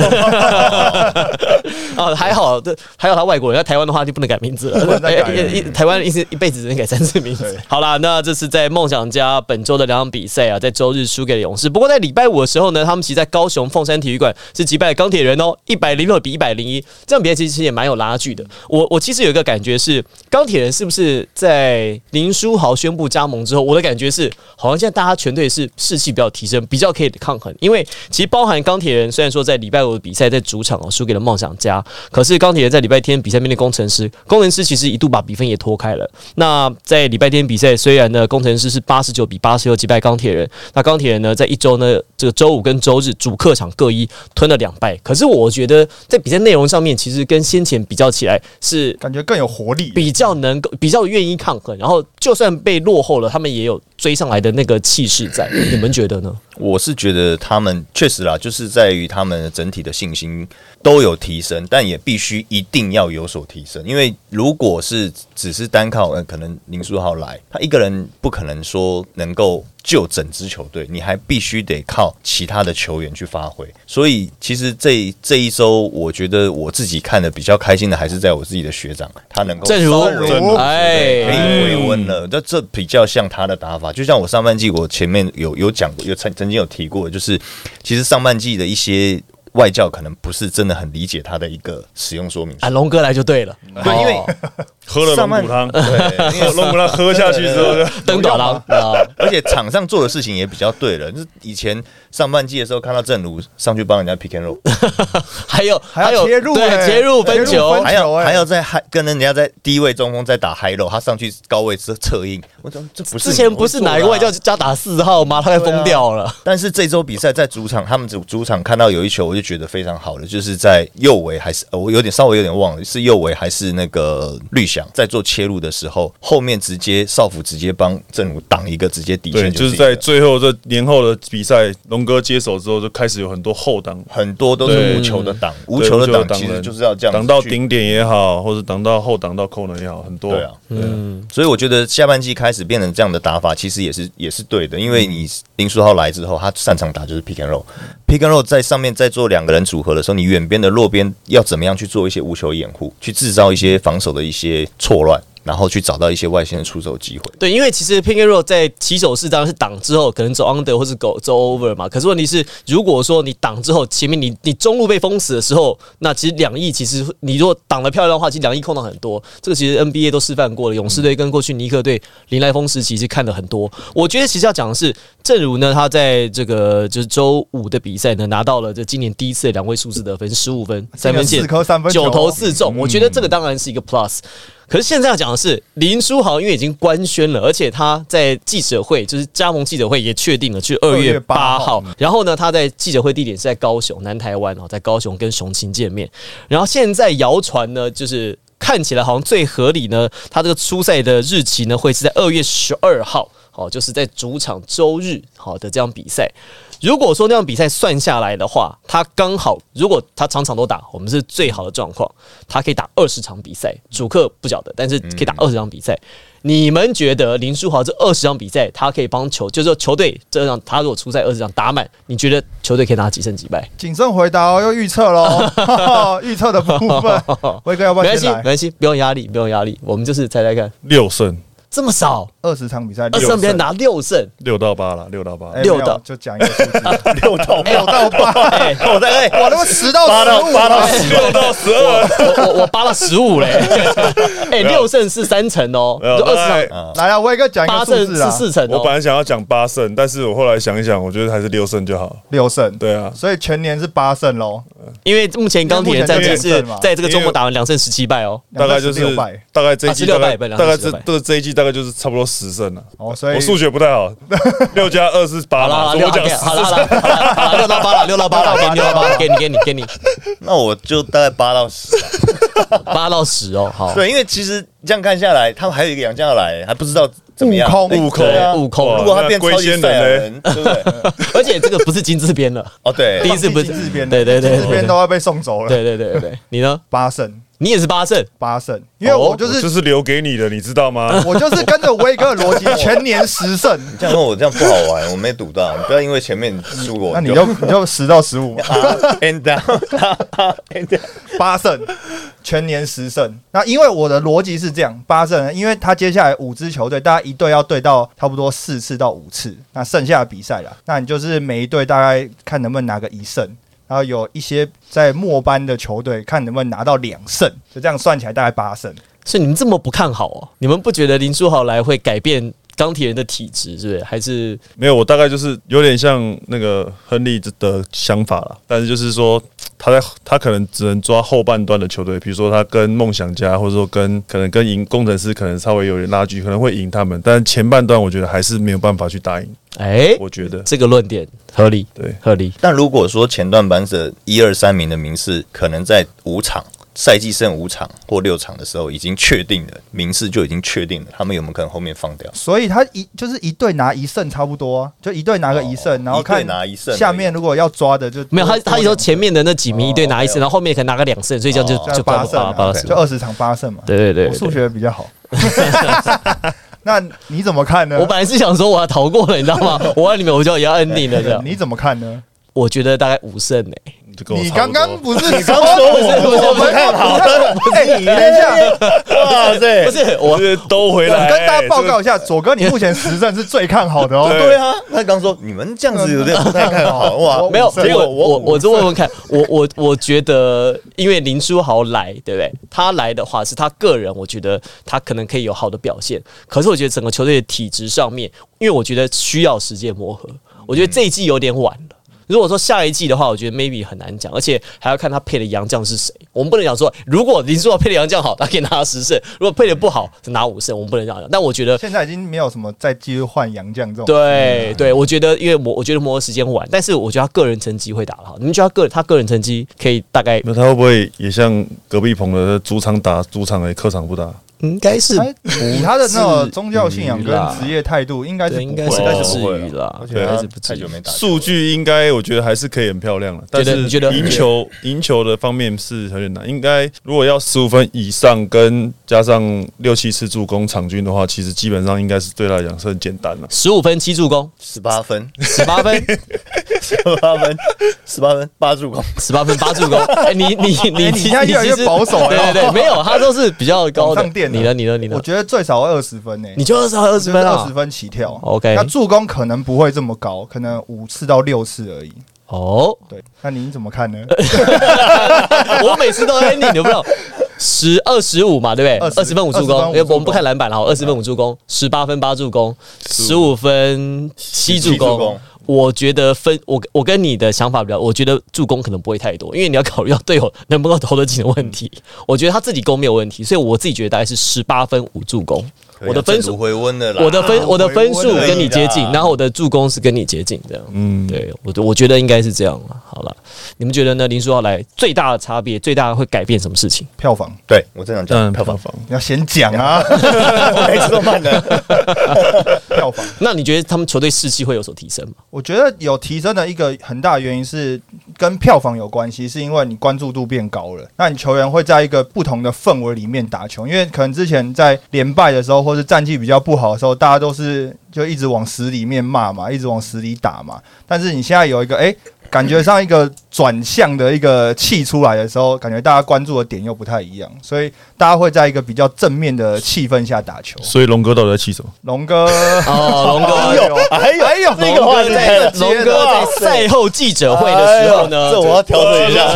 [SPEAKER 3] 哦，还好，这还好他外国人，在台湾的话就不能改名字了。哎
[SPEAKER 4] 能再改了
[SPEAKER 3] 一一台湾一是一辈子只能改三次名字
[SPEAKER 4] 对。
[SPEAKER 3] 好啦，那这是在梦想家本周的两场比赛啊，在周日输给了勇士。不过在礼拜五的时候呢，他们其实在高雄凤山体育馆是击败了钢铁人哦，一百零六比一百零一，这场比赛其实也蛮有拉锯的。我我其实有一个感觉是，钢铁人是不是在林书豪宣布加盟之后，我的感觉是，好像现在大家全队是士气比较提升，比较可以抗衡。因为其实包含钢铁人，虽然说在礼拜五的比赛在主场哦输给了梦想家，可是钢铁人在礼拜天比赛面对工程师，工程师其实一度把比分也拖开了。那在礼拜天比赛，虽然呢工程师是八十九比八十六击败钢铁人，那钢铁人呢在一周呢这个周五跟周日主客场各一吞了两败。可是我觉得在比赛内容上面，其实跟先前比较起来是
[SPEAKER 4] 感觉更有活力。
[SPEAKER 3] 比较能够比较愿意抗衡，然后就算被落后了，他们也有追上来的那个气势在。你们觉得呢？
[SPEAKER 2] 我是觉得他们确实啦，就是在于他们整体的信心都有提升，但也必须一定要有所提升。因为如果是只是单靠呃，可能林书豪来，他一个人不可能说能够救整支球队，你还必须得靠其他的球员去发挥。所以其实这这一周，我觉得我自己看的比较开心的，还是在我自己的学长，他能够
[SPEAKER 3] 正如
[SPEAKER 4] 正哦如
[SPEAKER 2] 可以
[SPEAKER 3] 哎，
[SPEAKER 2] 回温了。那这比较像他的打法，就像我上半季我前面有有讲过，有曾曾经有提过，就是其实上半季的一些外教可能不是真的很理解他的一个使用说明书
[SPEAKER 3] 啊，。哦龙哥来就对了，
[SPEAKER 4] 嗯
[SPEAKER 2] 对，因为
[SPEAKER 1] 喝了
[SPEAKER 2] 上
[SPEAKER 1] 龙
[SPEAKER 2] 半
[SPEAKER 1] 骨汤，
[SPEAKER 2] 对，因为
[SPEAKER 1] 龙骨汤喝下去之后就，
[SPEAKER 3] 登短郎啊，
[SPEAKER 2] 而且场上做的事情也比较对了。就是以前上半季的时候，看到正如上去帮人家 pick and roll，
[SPEAKER 3] 还有
[SPEAKER 4] 还要
[SPEAKER 3] 有
[SPEAKER 4] 切入
[SPEAKER 3] 对
[SPEAKER 4] 哎
[SPEAKER 3] 切入分
[SPEAKER 4] 切入
[SPEAKER 3] 球欸
[SPEAKER 4] 分，
[SPEAKER 2] 还要
[SPEAKER 4] 哎
[SPEAKER 2] 还要在嗨跟人家在低位中锋在打 high low，他上去高位侧侧应，我怎么这不是
[SPEAKER 3] 之
[SPEAKER 2] 你
[SPEAKER 3] 前不是
[SPEAKER 2] 会做的啊
[SPEAKER 3] 哪一个外教加打四号吗？他快
[SPEAKER 4] 啊
[SPEAKER 3] 疯掉了。
[SPEAKER 2] 但是这周比赛在主场，他们主主场看到有一球，我就觉得非常好的，就是在右围还是呃我有点稍微有点忘了，是右围还是那个绿翔在做切入的时候，后面直接少辅直接帮正如挡一个直接底
[SPEAKER 1] 对，
[SPEAKER 2] 线
[SPEAKER 1] 就是
[SPEAKER 2] 自己
[SPEAKER 1] 在
[SPEAKER 2] 的，
[SPEAKER 1] 最后这年后的比赛，龙哥接手之后就开始有很多后挡，
[SPEAKER 2] 很多都是无球的挡，无球的挡其实就是要这样子
[SPEAKER 1] 挡到
[SPEAKER 2] 去
[SPEAKER 1] 顶点也好，或者挡到后挡到扣篮也好，很多
[SPEAKER 2] 对啊，，嗯，所以我觉得下半季开始变成这样的打法，其实也是也是对的，因为你林书豪来之后，他擅长打就是 pick and roll，pick and roll 在上面在做两个人组合的时候，你远边的落边要怎么样去做一些无球掩护，去制造一些防守的一些错乱，然后去找到一些外线的出手机会。
[SPEAKER 3] 对，因为其实 pick and roll 在起手式当然是挡之后，可能走 under 或是走走 over 嘛。可是问题是，如果说你挡之后，前面你你中路被封死的时候，那其实两翼其实你如果挡得漂亮的话，其实两翼空档很多。这个其实 NBA 都示范过了，勇士队跟过去尼克队林来峰时期是看了很多。我觉得其实要讲的是，正如呢他在这个就是周五的比赛呢拿到了这今年第一次的两位数字得分，十五分三分线
[SPEAKER 4] 四颗三分球
[SPEAKER 3] 九投四中，我觉得这个当然是一个 plus。可是现在要讲的是，林书豪因为已经官宣了，而且他在记者会，就是加盟记者会也确定了，去二月八
[SPEAKER 4] 8
[SPEAKER 3] 号。然后呢，他在记者会地点是在高雄南台湾哦，在高雄跟熊琴见面。然后现在谣传呢，就是看起来好像最合理呢，他这个初赛的日期呢会是在二月十二号，好，就是在主场周日好的这样比赛。如果说那样比赛算下来的话，他刚好如果他场场都打，我们是最好的状况，他可以打二十场比赛，主客不晓得，但是可以打二十场比赛。你们觉得林书豪这二十场比赛，他可以帮球，就是说球队这场他如果出赛二十场打满，你觉得球队可以拿几胜几败？
[SPEAKER 4] 谨慎回答哦，又预 测喽，预测的部分，威哥要不
[SPEAKER 3] 没
[SPEAKER 4] 要
[SPEAKER 3] 关系，
[SPEAKER 4] 先
[SPEAKER 3] 没
[SPEAKER 4] 来？
[SPEAKER 3] 关系，不用压力，不用压力，我们就是猜猜看，
[SPEAKER 1] 六胜
[SPEAKER 3] 这么少，
[SPEAKER 4] 二十场比赛，
[SPEAKER 3] 二
[SPEAKER 4] 六
[SPEAKER 3] 十场比赛拿六胜，
[SPEAKER 1] 六到八了，六到八。
[SPEAKER 4] 哎
[SPEAKER 3] 六
[SPEAKER 4] 没有
[SPEAKER 3] 到
[SPEAKER 4] 就讲一个数字，
[SPEAKER 2] 六到
[SPEAKER 3] 哎，我到八，哎
[SPEAKER 2] 我大概
[SPEAKER 4] 哇，他妈十到
[SPEAKER 2] 八到
[SPEAKER 4] 十五，
[SPEAKER 2] 八到
[SPEAKER 4] 哎
[SPEAKER 2] 十六到十二，
[SPEAKER 3] 我我我扒了十五嘞，哎，六胜是三成哦，
[SPEAKER 1] 没有
[SPEAKER 3] 就二十
[SPEAKER 1] 大
[SPEAKER 3] 场
[SPEAKER 1] 概
[SPEAKER 4] 来啊，威哥讲一
[SPEAKER 3] 八
[SPEAKER 4] 个
[SPEAKER 3] 胜
[SPEAKER 4] 数字
[SPEAKER 3] 是
[SPEAKER 4] 啊，
[SPEAKER 3] 四成
[SPEAKER 1] 我本
[SPEAKER 3] 哦，
[SPEAKER 1] 来想要讲八胜，但是我后来想一想，我觉得还是六胜就好。
[SPEAKER 4] 六胜，
[SPEAKER 1] 对啊
[SPEAKER 4] 所以全年是八胜喽，
[SPEAKER 3] 因为目前钢铁人战绩是在这个周末打完两胜十七败哦。
[SPEAKER 1] 大概就是
[SPEAKER 4] 216败
[SPEAKER 1] 大概这一季
[SPEAKER 3] 啊16
[SPEAKER 1] 大
[SPEAKER 3] 败
[SPEAKER 1] 概
[SPEAKER 3] 本来
[SPEAKER 1] 大概
[SPEAKER 3] 16
[SPEAKER 1] 这
[SPEAKER 3] 败
[SPEAKER 1] 这个这一季大概就是差不多十胜了。
[SPEAKER 4] 哦，所以
[SPEAKER 1] 我数学不太 好，六加二是八
[SPEAKER 3] 好啦
[SPEAKER 1] 嘛，
[SPEAKER 3] 好
[SPEAKER 1] 所
[SPEAKER 3] 啦
[SPEAKER 1] 以
[SPEAKER 3] 六
[SPEAKER 1] 我讲
[SPEAKER 3] ，OK，
[SPEAKER 1] 十
[SPEAKER 3] 好啦好啦好啦好啦，六到八了，六到八了，给你六到八了，给你给你给你
[SPEAKER 2] 那我就大概八到十。
[SPEAKER 3] 八到十哦，好，
[SPEAKER 2] 对，因为其实这样看下来，他们还有一个杨将来，还不知道怎么样。
[SPEAKER 4] 悟空
[SPEAKER 2] 对
[SPEAKER 4] 悟
[SPEAKER 1] 空
[SPEAKER 2] 对啊
[SPEAKER 3] 悟空
[SPEAKER 2] 如果他变
[SPEAKER 1] 哇那
[SPEAKER 2] 超级
[SPEAKER 1] 龟仙人
[SPEAKER 2] 赛亚
[SPEAKER 1] 嘞
[SPEAKER 2] 人，对不对？
[SPEAKER 3] 而且这个不是金字边了，
[SPEAKER 2] 哦，对
[SPEAKER 3] 第，一次不是
[SPEAKER 4] 放弃金字边
[SPEAKER 3] 对对对
[SPEAKER 4] 金字边
[SPEAKER 3] 对
[SPEAKER 4] 都要被送走了，
[SPEAKER 3] 对对对对对，你呢？
[SPEAKER 4] 八胜
[SPEAKER 3] 你也是八胜，
[SPEAKER 4] 八胜，因为
[SPEAKER 3] 哦
[SPEAKER 4] 我就
[SPEAKER 1] 我就是是留给你的，你知道吗？
[SPEAKER 3] 啊
[SPEAKER 4] 我就是跟着威哥的逻辑，全年十胜，
[SPEAKER 2] 这样问我这样不好玩，我没赌到，你不要因为前面输我，
[SPEAKER 4] 那你就你就十到十五嘛，
[SPEAKER 2] end down，end down，
[SPEAKER 4] 八胜，全年十胜。那因为我的逻辑是这样，八胜，因为他接下来五支球队，大家一队要对到差不多四次到五次，那剩下的比赛啦，那你就是每一队大概看能不能拿个一胜。然后有一些在末班的球队，看能不能拿到两胜，就这样算起来大概八胜。
[SPEAKER 3] 所以你们这么不看好哦？你们不觉得林书豪来会改变钢铁人的体质，是不是？还是
[SPEAKER 1] 没有，我大概就是有点像那个亨利的想法啦，但是就是说他在他可能只能抓后半段的球队，比如说他跟梦想家，或者说跟可能跟赢工程师，可能稍微有点拉锯，可能会赢他们，但前半段我觉得还是没有办法去打赢，
[SPEAKER 3] 哎、
[SPEAKER 1] 我觉得
[SPEAKER 3] 这个论点合理，
[SPEAKER 1] 对
[SPEAKER 3] 合理。
[SPEAKER 2] 但如果说前段班的一二三名的名次，可能在五场赛季剩五场或六场的时候已经确定了，名次就已经确定了，他们有没有可能后面放掉？
[SPEAKER 4] 所以他一就是一队拿一胜差不多啊，就一队拿个一胜，
[SPEAKER 2] 哦
[SPEAKER 4] 然后
[SPEAKER 2] 一
[SPEAKER 4] 看
[SPEAKER 2] 队拿一胜而已
[SPEAKER 4] 下面如果要抓的就
[SPEAKER 3] 没有他，他
[SPEAKER 4] 有
[SPEAKER 3] 说前面的那几名一队拿一胜，然后后面可能拿个两胜，所以这样就
[SPEAKER 2] 哦
[SPEAKER 3] 就
[SPEAKER 4] 八
[SPEAKER 3] 八
[SPEAKER 4] 胜啊、
[SPEAKER 3] 八
[SPEAKER 4] 对
[SPEAKER 3] 胜
[SPEAKER 4] 就。二十场八胜嘛。
[SPEAKER 3] 对对对
[SPEAKER 4] 我
[SPEAKER 3] 对
[SPEAKER 4] 数学比较好。 那你怎么看呢？
[SPEAKER 3] 我本来是想说我要逃过了，你知道吗？我让你们我就也要 ending 了这样。
[SPEAKER 4] 你怎么看呢？
[SPEAKER 3] 我觉得大概五胜欸诶、
[SPEAKER 1] 就跟我
[SPEAKER 4] 你
[SPEAKER 1] 差
[SPEAKER 4] 刚
[SPEAKER 1] 不多
[SPEAKER 4] 刚不是你
[SPEAKER 2] 刚说我们
[SPEAKER 4] 我
[SPEAKER 2] 我们看好
[SPEAKER 4] 的？哎，你等一下，
[SPEAKER 2] 哇塞
[SPEAKER 3] 不！是
[SPEAKER 1] 我
[SPEAKER 3] 我
[SPEAKER 1] 这都回来，
[SPEAKER 4] 我跟大
[SPEAKER 1] 哎
[SPEAKER 4] 家报告一下，左哥，你目前实战是最看好的哦。
[SPEAKER 1] 对
[SPEAKER 2] 对啊，他刚说你们这样子有点不太看好哇
[SPEAKER 4] 我，
[SPEAKER 3] 没有，
[SPEAKER 4] 五胜
[SPEAKER 3] 我
[SPEAKER 2] 我
[SPEAKER 3] 我我就问问看，我我 我觉得，因为林书豪来，对不对？他来的话是他个人，我觉得他可能可以有好的表现。可是我觉得整个球队的体质上面，因为我觉得需要时间磨合，我觉得这一季有点晚了。如果说下一季的话，我觉得 maybe 很难讲，而且还要看他配的洋将是谁。我们不能讲说，如果林书豪配的洋将好，他可以拿十胜；如果配的不好，拿五胜，我们不能这样讲。但我觉得
[SPEAKER 4] 现在已经没有什么再继续换洋将
[SPEAKER 3] 哦
[SPEAKER 4] 这种。
[SPEAKER 3] 对对，我觉得因为磨，我觉得磨合时间晚，但是我觉得他个人成绩会打得好。你们觉得他个他个人成绩可以大概
[SPEAKER 1] 那他会不会也像隔壁棚的主场打主场哎，客场不打？
[SPEAKER 3] 应该是
[SPEAKER 4] 他哎以他的那种宗教信仰
[SPEAKER 3] 至于
[SPEAKER 4] 跟
[SPEAKER 3] 啦
[SPEAKER 4] 职业态度，应该是
[SPEAKER 3] 对，
[SPEAKER 4] 不
[SPEAKER 3] 应
[SPEAKER 4] 会哦啊
[SPEAKER 3] 该是
[SPEAKER 2] 应该
[SPEAKER 3] 不
[SPEAKER 2] 是
[SPEAKER 3] 至
[SPEAKER 2] 不会
[SPEAKER 3] 于
[SPEAKER 2] 了
[SPEAKER 3] 啦，
[SPEAKER 2] 而
[SPEAKER 3] 应
[SPEAKER 2] 且
[SPEAKER 3] 该
[SPEAKER 2] 他
[SPEAKER 3] 是不至
[SPEAKER 2] 太
[SPEAKER 3] 于
[SPEAKER 2] 久。没打球了
[SPEAKER 1] 数据应该我觉得还是可以很漂亮了，但
[SPEAKER 3] 觉得
[SPEAKER 1] 是
[SPEAKER 3] 你觉得
[SPEAKER 1] 赢球赢球的方面是有点难。应该如果要十五分以上，跟加上六七次助攻场均的话，其实基本上应该是对他来讲是很简单了。
[SPEAKER 3] 十五分七助攻，
[SPEAKER 2] 十八分，
[SPEAKER 3] 十八 分
[SPEAKER 2] 十八分，十八分，八助攻，
[SPEAKER 3] 十八分八助攻。哎，你你你
[SPEAKER 4] 哎你现在
[SPEAKER 3] 其
[SPEAKER 4] 越来越
[SPEAKER 3] 其实
[SPEAKER 4] 保守了
[SPEAKER 3] 对对对，没有，他都是比较高
[SPEAKER 4] 往
[SPEAKER 3] 的。
[SPEAKER 4] 上垫了
[SPEAKER 3] 你呢？你呢？你呢
[SPEAKER 4] 我？觉得最少二十分呢、
[SPEAKER 3] 你就二十二十分
[SPEAKER 4] 二
[SPEAKER 3] 啊
[SPEAKER 4] 十？分起跳。
[SPEAKER 3] OK
[SPEAKER 4] 那助攻可能不会这么高，可能五次到六次而已。
[SPEAKER 3] 哦，
[SPEAKER 4] 对，那您怎么看 呢？
[SPEAKER 3] 我每次都 ending，你不知道。十二十五嘛，对不对？
[SPEAKER 4] 20
[SPEAKER 3] 二十分五助
[SPEAKER 4] 20分
[SPEAKER 3] 攻，因
[SPEAKER 4] 五
[SPEAKER 3] 为
[SPEAKER 4] 助攻
[SPEAKER 3] 我们不看篮板了，二十分五助攻，十八分八助攻，十五分七助
[SPEAKER 2] 七助
[SPEAKER 3] 攻
[SPEAKER 2] 攻。
[SPEAKER 3] 我觉得分我我跟你的想法比较，我觉得助攻可能不会太多，因为你要考虑到队友能不能投得进的问题。我觉得他自己攻没有问题，所以我自己觉得大概是十八分五助攻。
[SPEAKER 2] 啊
[SPEAKER 3] 我的分数，
[SPEAKER 2] 回温的啦，
[SPEAKER 3] 我的分我的分数
[SPEAKER 2] 回温了
[SPEAKER 3] 跟你接近
[SPEAKER 2] 啦，
[SPEAKER 3] 然后我的助攻是跟你接近这样。嗯，对我我觉得应该是这样了。好了，你们觉得呢？林书豪来最大的差别，最大的会改变什么事情？
[SPEAKER 4] 票房
[SPEAKER 2] 对我正想讲
[SPEAKER 1] 但
[SPEAKER 2] 票
[SPEAKER 1] 票
[SPEAKER 2] 房，
[SPEAKER 1] 房
[SPEAKER 4] 你要先 讲啊，
[SPEAKER 2] 我每次都慢的。
[SPEAKER 4] 票房。
[SPEAKER 3] 那你觉得他们球队士气会有所提升吗？
[SPEAKER 4] 我觉得有提升的一个很大原因是跟票房有关系，是因为你关注度变高了，那你球员会在一个不同的氛围里面打球，因为可能之前在连败的时候，或是战绩比较不好的时候，大家都是就一直往死里面骂嘛，一直往死里打嘛。但是你现在有一个哎、诶感觉上一个转向的一个气出来的时候，感觉大家关注的点又不太一样，所以大家会在一个比较正面的气氛下打球。
[SPEAKER 1] 所以龙哥到底在气什么？
[SPEAKER 4] 龙哥，
[SPEAKER 3] 哦，龙 哥，
[SPEAKER 2] 哎呦，哎呦，哎呦，这个话题 开了，
[SPEAKER 3] 龙哥在赛后记者会的时候
[SPEAKER 2] 哎
[SPEAKER 3] 呢，
[SPEAKER 2] 呦这我要调整一下。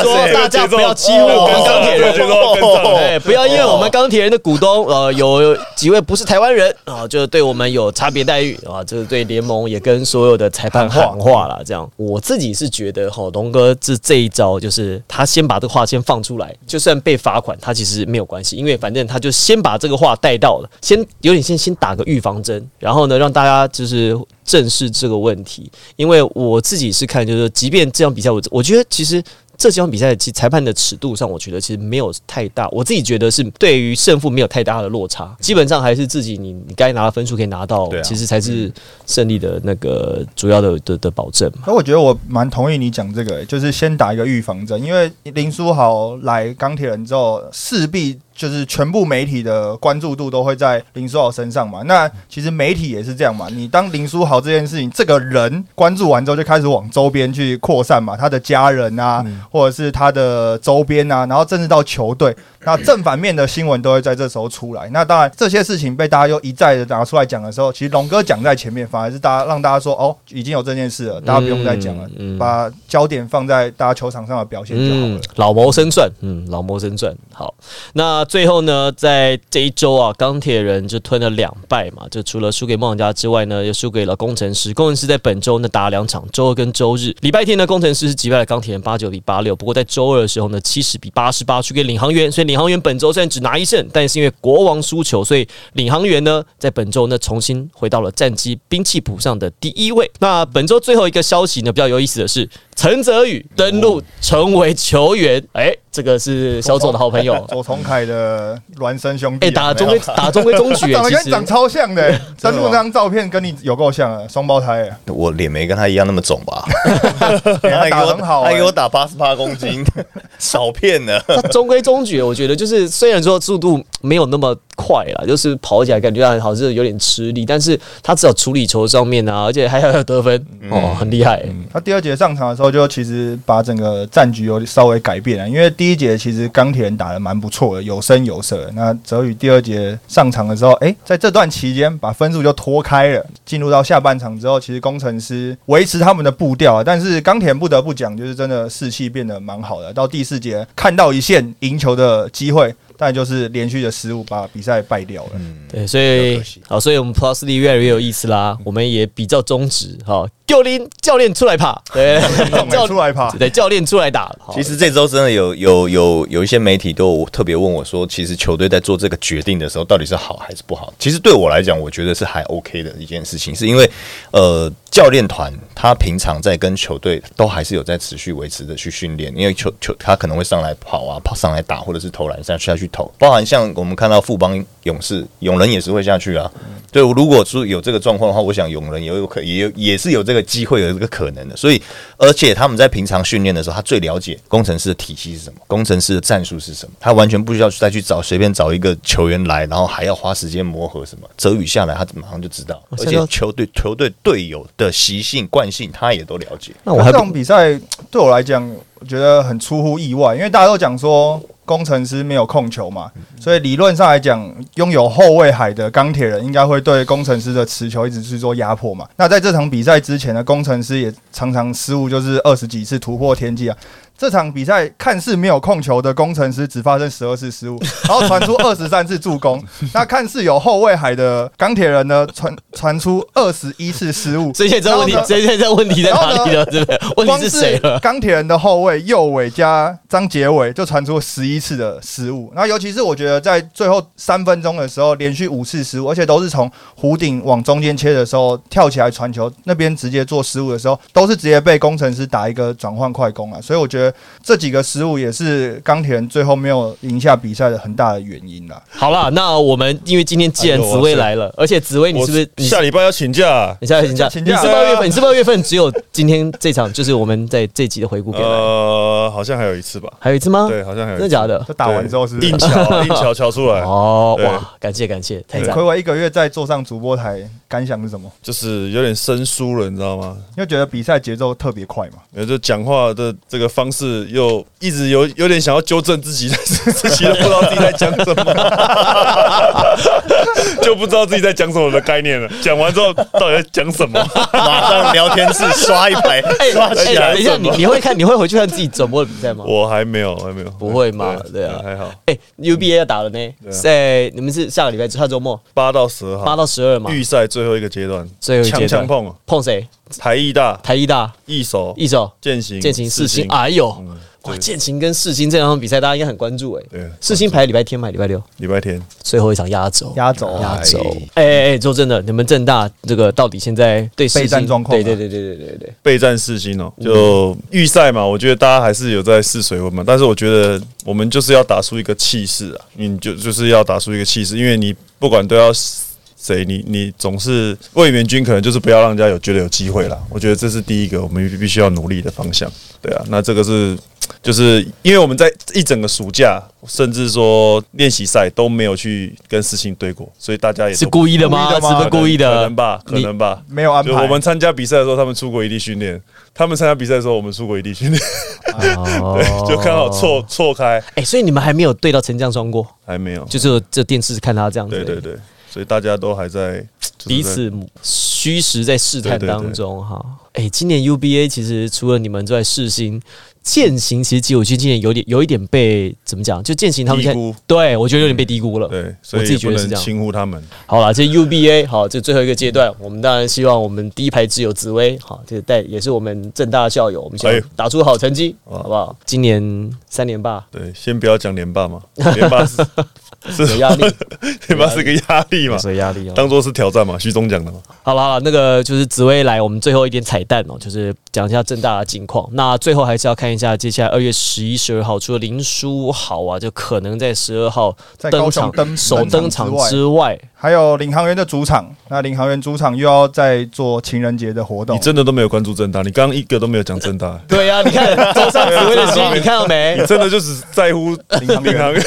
[SPEAKER 3] 说
[SPEAKER 2] 塞，
[SPEAKER 3] 大家不要欺负我们钢铁人，对，哎不要因为我们钢铁人的股东呃有几位不是台湾人啊，就是对我们有差别待遇啊，这是对联盟也跟所有的裁判喊话啦。这样，我自己是觉得哈，龙哥这这一招就是他先把这个话先放出来，就算被罚款，他其实没有关系，因为反正他就先把这个话带到了，先有点先先打个预防针，然后呢让大家就是。正视这个问题，因为我自己是看，就是说即便这场比赛，我我觉得其实这几场比赛其实裁判的尺度上，我觉得其实没有太大，我自己觉得是对于胜负没有太大的落差，基本上还是自己你你该拿的分数可以拿到
[SPEAKER 2] 对，啊
[SPEAKER 3] 其实才是胜利的那个主要的的的保证嘛。
[SPEAKER 4] 那我觉得我蛮同意你讲这个、就是先打一个预防针，因为林书豪来钢铁人之后，势必就是全部媒体的关注度都会在林书豪身上嘛。那其实媒体也是这样嘛，你当林书豪这件事情，这个人关注完之后，就开始往周边去扩散嘛，他的家人啊，或者是他的周边啊，然后甚至到球队，那正反面的新闻都会在这时候出来。那当然，这些事情被大家又一再的拿出来讲的时候，其实龙哥讲在前面，反而是大家让大家说哦，已经有这件事了，大家不用再讲了，
[SPEAKER 3] 嗯嗯嗯
[SPEAKER 4] 把焦点放在大家球场上的表现就好了。
[SPEAKER 3] 老谋深算，嗯，老谋深算。好，那最后呢，在这一周啊，钢铁人就吞了两败嘛，就除了输给梦想家之外呢，又输给了工程师。工程师在本周呢打了两场，周二跟周日。礼拜天呢，工程师是击败了钢铁人八九比八六，不过在周二的时候呢，七十比八十八输给领航员。所以领航员本周虽然只拿一胜，但是因为国王输球，所以领航员呢在本周呢重新回到了战绩兵器谱上的第一位。那本周最后一个消息呢，比较有意思的是，陈泽宇登陆成为球员。哎、这个是小左的好朋友。
[SPEAKER 4] 左同凯的孪生兄弟
[SPEAKER 3] 哎、
[SPEAKER 4] 啊，
[SPEAKER 3] 打中规打中规中
[SPEAKER 4] 他
[SPEAKER 3] 矩、
[SPEAKER 4] 长
[SPEAKER 3] 欸，
[SPEAKER 4] 得
[SPEAKER 3] 其
[SPEAKER 4] 跟
[SPEAKER 3] 实
[SPEAKER 4] 你长超 像的、登录
[SPEAKER 2] 吗
[SPEAKER 4] 那张照片跟你有够像的，双胞胎、欸，
[SPEAKER 2] 哦我脸没跟他一样那么肿吧？
[SPEAKER 3] 哎
[SPEAKER 4] 他打得很好、
[SPEAKER 2] 他
[SPEAKER 4] 欸
[SPEAKER 2] 给。我哎打八十八公斤， 少骗了。
[SPEAKER 3] 他 中规中矩，我觉得就是虽然说速度没有那么快啦，就是跑起来感觉好像是有点吃力，但是他至少处理球上面啊，而且还还有得分、
[SPEAKER 4] 嗯
[SPEAKER 3] 哦，很厉害、欸
[SPEAKER 4] 他第二节上场的时候，就其实把整个战局有稍微改变了，因为第一节其实钢铁人打得蛮不错的，有声有色的。那泽宇第二节上场的时候，哎、在这段期间把分数就拖开了。进入到下半场之后，其实工程师维持他们的步调啊，但是钢铁人不得不讲，就是真的士气变得蛮好的。到第四节看到一线赢球的机会，但就是连续的失误把比赛败掉了。
[SPEAKER 3] 对，所以好，所以我们 Plus D 越来越有意思啦，我们也比较忠直哈，丢林教练出来怕，对， 教
[SPEAKER 4] 没出来吧？
[SPEAKER 3] 对教练出来打，好
[SPEAKER 2] 其实这周真的有有有有一些媒体都有特别问我说，其实球队在做这个决定的时候，到底是好还是不好？其实对我来讲，我觉得是还 OK 的一件事情，是因为呃，教练团他平常在跟球队都还是有在持续维持的去训练，因为球球他可能会上来跑啊，跑上来打，或者是投篮下下去投，包含像我们看到富邦勇士、勇人也是会下去啊。对，如果说有这个状况的话，我想勇人也有可也有也是有这个机会有这个可能的。所以，而且他们在平常训练的时候，他最了解工程师的体系是什么，工程师的战术是什么，他完全不需要再去找随便找一个球员来，然后还要花时间磨合什么。泽宇下来，他马上就知道，
[SPEAKER 4] 哦
[SPEAKER 3] 我
[SPEAKER 2] 而
[SPEAKER 3] 想
[SPEAKER 2] 且
[SPEAKER 3] 到
[SPEAKER 2] 球队球队队友的习性惯性他也都了解。
[SPEAKER 3] 那我还
[SPEAKER 4] 这
[SPEAKER 3] 不
[SPEAKER 4] 种比赛对我来讲，我觉得很出乎意外，因为大家都讲说工程师没有控球嘛，所以理论上来讲，拥有后卫海的钢铁人应该会对工程师的持球一直去做压迫嘛。那在这场比赛之前呢，工程师也常常失误，就是二十几次突破天际啊。这场比赛看似没有控球的工程师只发生十二次失误，然后传 出二十三次助攻。那看似有后卫海的钢铁人呢，传传出二十一次失误，
[SPEAKER 3] 所以现在知道问题
[SPEAKER 4] 然后呢，
[SPEAKER 3] 所以现在知道问题在哪里了，对不对？问
[SPEAKER 4] 光
[SPEAKER 3] 题是谁了？
[SPEAKER 4] 钢铁人的后卫右尾加张杰伟就传出十一次的失误，然后尤其是我觉得在最后三分钟的时候，连续五次失误，而且都是从弧顶往中间切的时候跳起来传球，那边直接做失误的时候，都是直接被工程师打一个转换快攻啊。所以我觉得这几个失误也是钢铁人最后没有赢下比赛的很大的原因啦。
[SPEAKER 3] 好啦，那我们因为今天既然紫薇来
[SPEAKER 4] 哎
[SPEAKER 3] 了，而且紫薇你
[SPEAKER 1] 我
[SPEAKER 3] 是不是你是
[SPEAKER 1] 下礼拜要请假啊？
[SPEAKER 3] 你下来请假，
[SPEAKER 4] 请假
[SPEAKER 3] 你是不是二月份？你是不是二月份只有今天这场？就是我们在这集的回顾表演，
[SPEAKER 1] 呃，好像还有一次吧？
[SPEAKER 3] 还有一次吗？
[SPEAKER 1] 对，，好像还有一
[SPEAKER 3] 真
[SPEAKER 1] 次。
[SPEAKER 3] 的假的
[SPEAKER 4] 就？打完之后是不是
[SPEAKER 1] 硬桥，硬桥桥出来，
[SPEAKER 3] 哦，
[SPEAKER 1] 对
[SPEAKER 3] 哇，感谢感谢，太赞
[SPEAKER 4] 暌！违一个月再坐上主播台，感想是什么？
[SPEAKER 1] 就是有点生疏了，你知道吗？
[SPEAKER 4] 因为觉得比赛节奏特别快嘛。
[SPEAKER 1] 呃，就讲话的这个方式又一直有有点想要纠正自己，但是自己都不知道自己在讲什么， 就不知道自己在讲什么的概念了。讲完之后到底在讲什么？
[SPEAKER 2] 马上聊天室刷一 排，刷
[SPEAKER 3] 哎，
[SPEAKER 2] 起
[SPEAKER 3] 等
[SPEAKER 2] 来
[SPEAKER 3] 一。下，你你会看，你会回去看自己转播的比赛吗？
[SPEAKER 1] 我还没有，还没有，
[SPEAKER 3] 不会嘛对啊
[SPEAKER 1] 还好，
[SPEAKER 3] 哎，UBA 要打了呢，在你们是下个礼拜下周末
[SPEAKER 1] 八到十二号，
[SPEAKER 3] 八到十二嘛，
[SPEAKER 1] 预赛最后一个阶段，
[SPEAKER 3] 最后一阶
[SPEAKER 1] 强
[SPEAKER 3] 段
[SPEAKER 1] 强碰，
[SPEAKER 3] 碰谁？
[SPEAKER 1] 台艺大
[SPEAKER 3] 台艺大、
[SPEAKER 1] 一手
[SPEAKER 3] 一手、
[SPEAKER 1] 践行
[SPEAKER 3] 剑琴、世
[SPEAKER 1] 新
[SPEAKER 3] 新，，哎呦
[SPEAKER 1] 嗯，
[SPEAKER 3] 哇，
[SPEAKER 1] 对
[SPEAKER 3] 剑琴跟世新这两场比赛大家应该很关注哎
[SPEAKER 1] 对，
[SPEAKER 3] 世新排礼拜天嘛，礼拜六
[SPEAKER 1] 礼拜天
[SPEAKER 3] 最后一场压轴，
[SPEAKER 4] 压轴
[SPEAKER 3] 压轴
[SPEAKER 2] 哎。
[SPEAKER 3] 哎哎哎，说真的，你们正大这个到底现在对世新
[SPEAKER 4] 备战状况啊
[SPEAKER 3] 对对对 对对对对，
[SPEAKER 1] 备战四星哦，
[SPEAKER 3] 嗯
[SPEAKER 1] 就预赛嘛，我觉得大家还是有在试水温嘛，但是我觉得我们就是要打出一个气势啊，你就就是要打出一个气势，因为你不管都要谁，你你总是卫冕军可能就是不要让人家有觉得有机会
[SPEAKER 3] 嗯
[SPEAKER 1] 啦，我觉得这是第一个我们必须要努力的方向，对啊，那这个是就是因为我们在一整个暑假，甚至说练习赛都没有去跟四星对过，所以大家也都
[SPEAKER 3] 是故意的吗？
[SPEAKER 4] 故意的吗
[SPEAKER 3] 是不是故意的？
[SPEAKER 1] 可能吧，可能吧，
[SPEAKER 4] 没有安排
[SPEAKER 1] 就我们参加比赛的时候，他们出国异地训练；他们参加比赛的时候，我们出国异地训练。
[SPEAKER 3] 你。哦
[SPEAKER 1] 对，就刚好。错错开，
[SPEAKER 3] 哎、所以你们还没有对到陈江双过，
[SPEAKER 1] 还没有。
[SPEAKER 3] 就是这电视看他这样子。
[SPEAKER 1] 对对对，所以大家都还在
[SPEAKER 3] 彼此虚实在试探
[SPEAKER 1] 对对对
[SPEAKER 3] 当中哈。哎、今年 UBA 其实除了你们之外，世新践行其实吉武军今年有点有一点被怎么讲？就践行他们现
[SPEAKER 1] 低
[SPEAKER 3] 在
[SPEAKER 1] 估
[SPEAKER 3] 对我觉得有点被低估了。
[SPEAKER 1] 对，所
[SPEAKER 3] 我
[SPEAKER 1] 以
[SPEAKER 3] 自己
[SPEAKER 1] 也
[SPEAKER 3] 觉
[SPEAKER 1] 不
[SPEAKER 3] 得是
[SPEAKER 1] 能
[SPEAKER 3] 这样。
[SPEAKER 1] 轻忽他们。
[SPEAKER 3] 好了，这 UBA 好，这最后一个阶段，我们当然希望我们第一排只有紫薇，好，这带也是我们正大的校友，我们希
[SPEAKER 1] 哎
[SPEAKER 3] 望
[SPEAKER 1] 呦
[SPEAKER 3] 打出好成绩，好不好？今年三连霸
[SPEAKER 1] 对，先不要讲连霸嘛， 连霸是
[SPEAKER 3] 有
[SPEAKER 1] 是
[SPEAKER 3] 压力，
[SPEAKER 1] 连霸是个压力嘛，
[SPEAKER 3] 有压力哦。
[SPEAKER 1] 当做是挑战嘛，徐总讲的嘛。
[SPEAKER 3] 好了好了，那个就是紫薇来，我们最后一点彩蛋哦，就是讲一下正大的近况。那最后还是要看一下接下来二月十一、十二号，除了林书豪啊，就可能在十二号
[SPEAKER 4] 在
[SPEAKER 3] 登
[SPEAKER 4] 高雄
[SPEAKER 3] 场
[SPEAKER 4] 登
[SPEAKER 3] 首登场之外，
[SPEAKER 4] 还有领航员的主场，那领航员主场又要在做情人节的活动
[SPEAKER 1] 你。真的都没有关注正大，你刚刚一个都没有讲正大，
[SPEAKER 3] 对呀、啊，你看桌上紫薇的心，你看到没
[SPEAKER 1] 你？真的就只在乎
[SPEAKER 4] 领航
[SPEAKER 1] 领
[SPEAKER 4] 员，
[SPEAKER 1] 航员。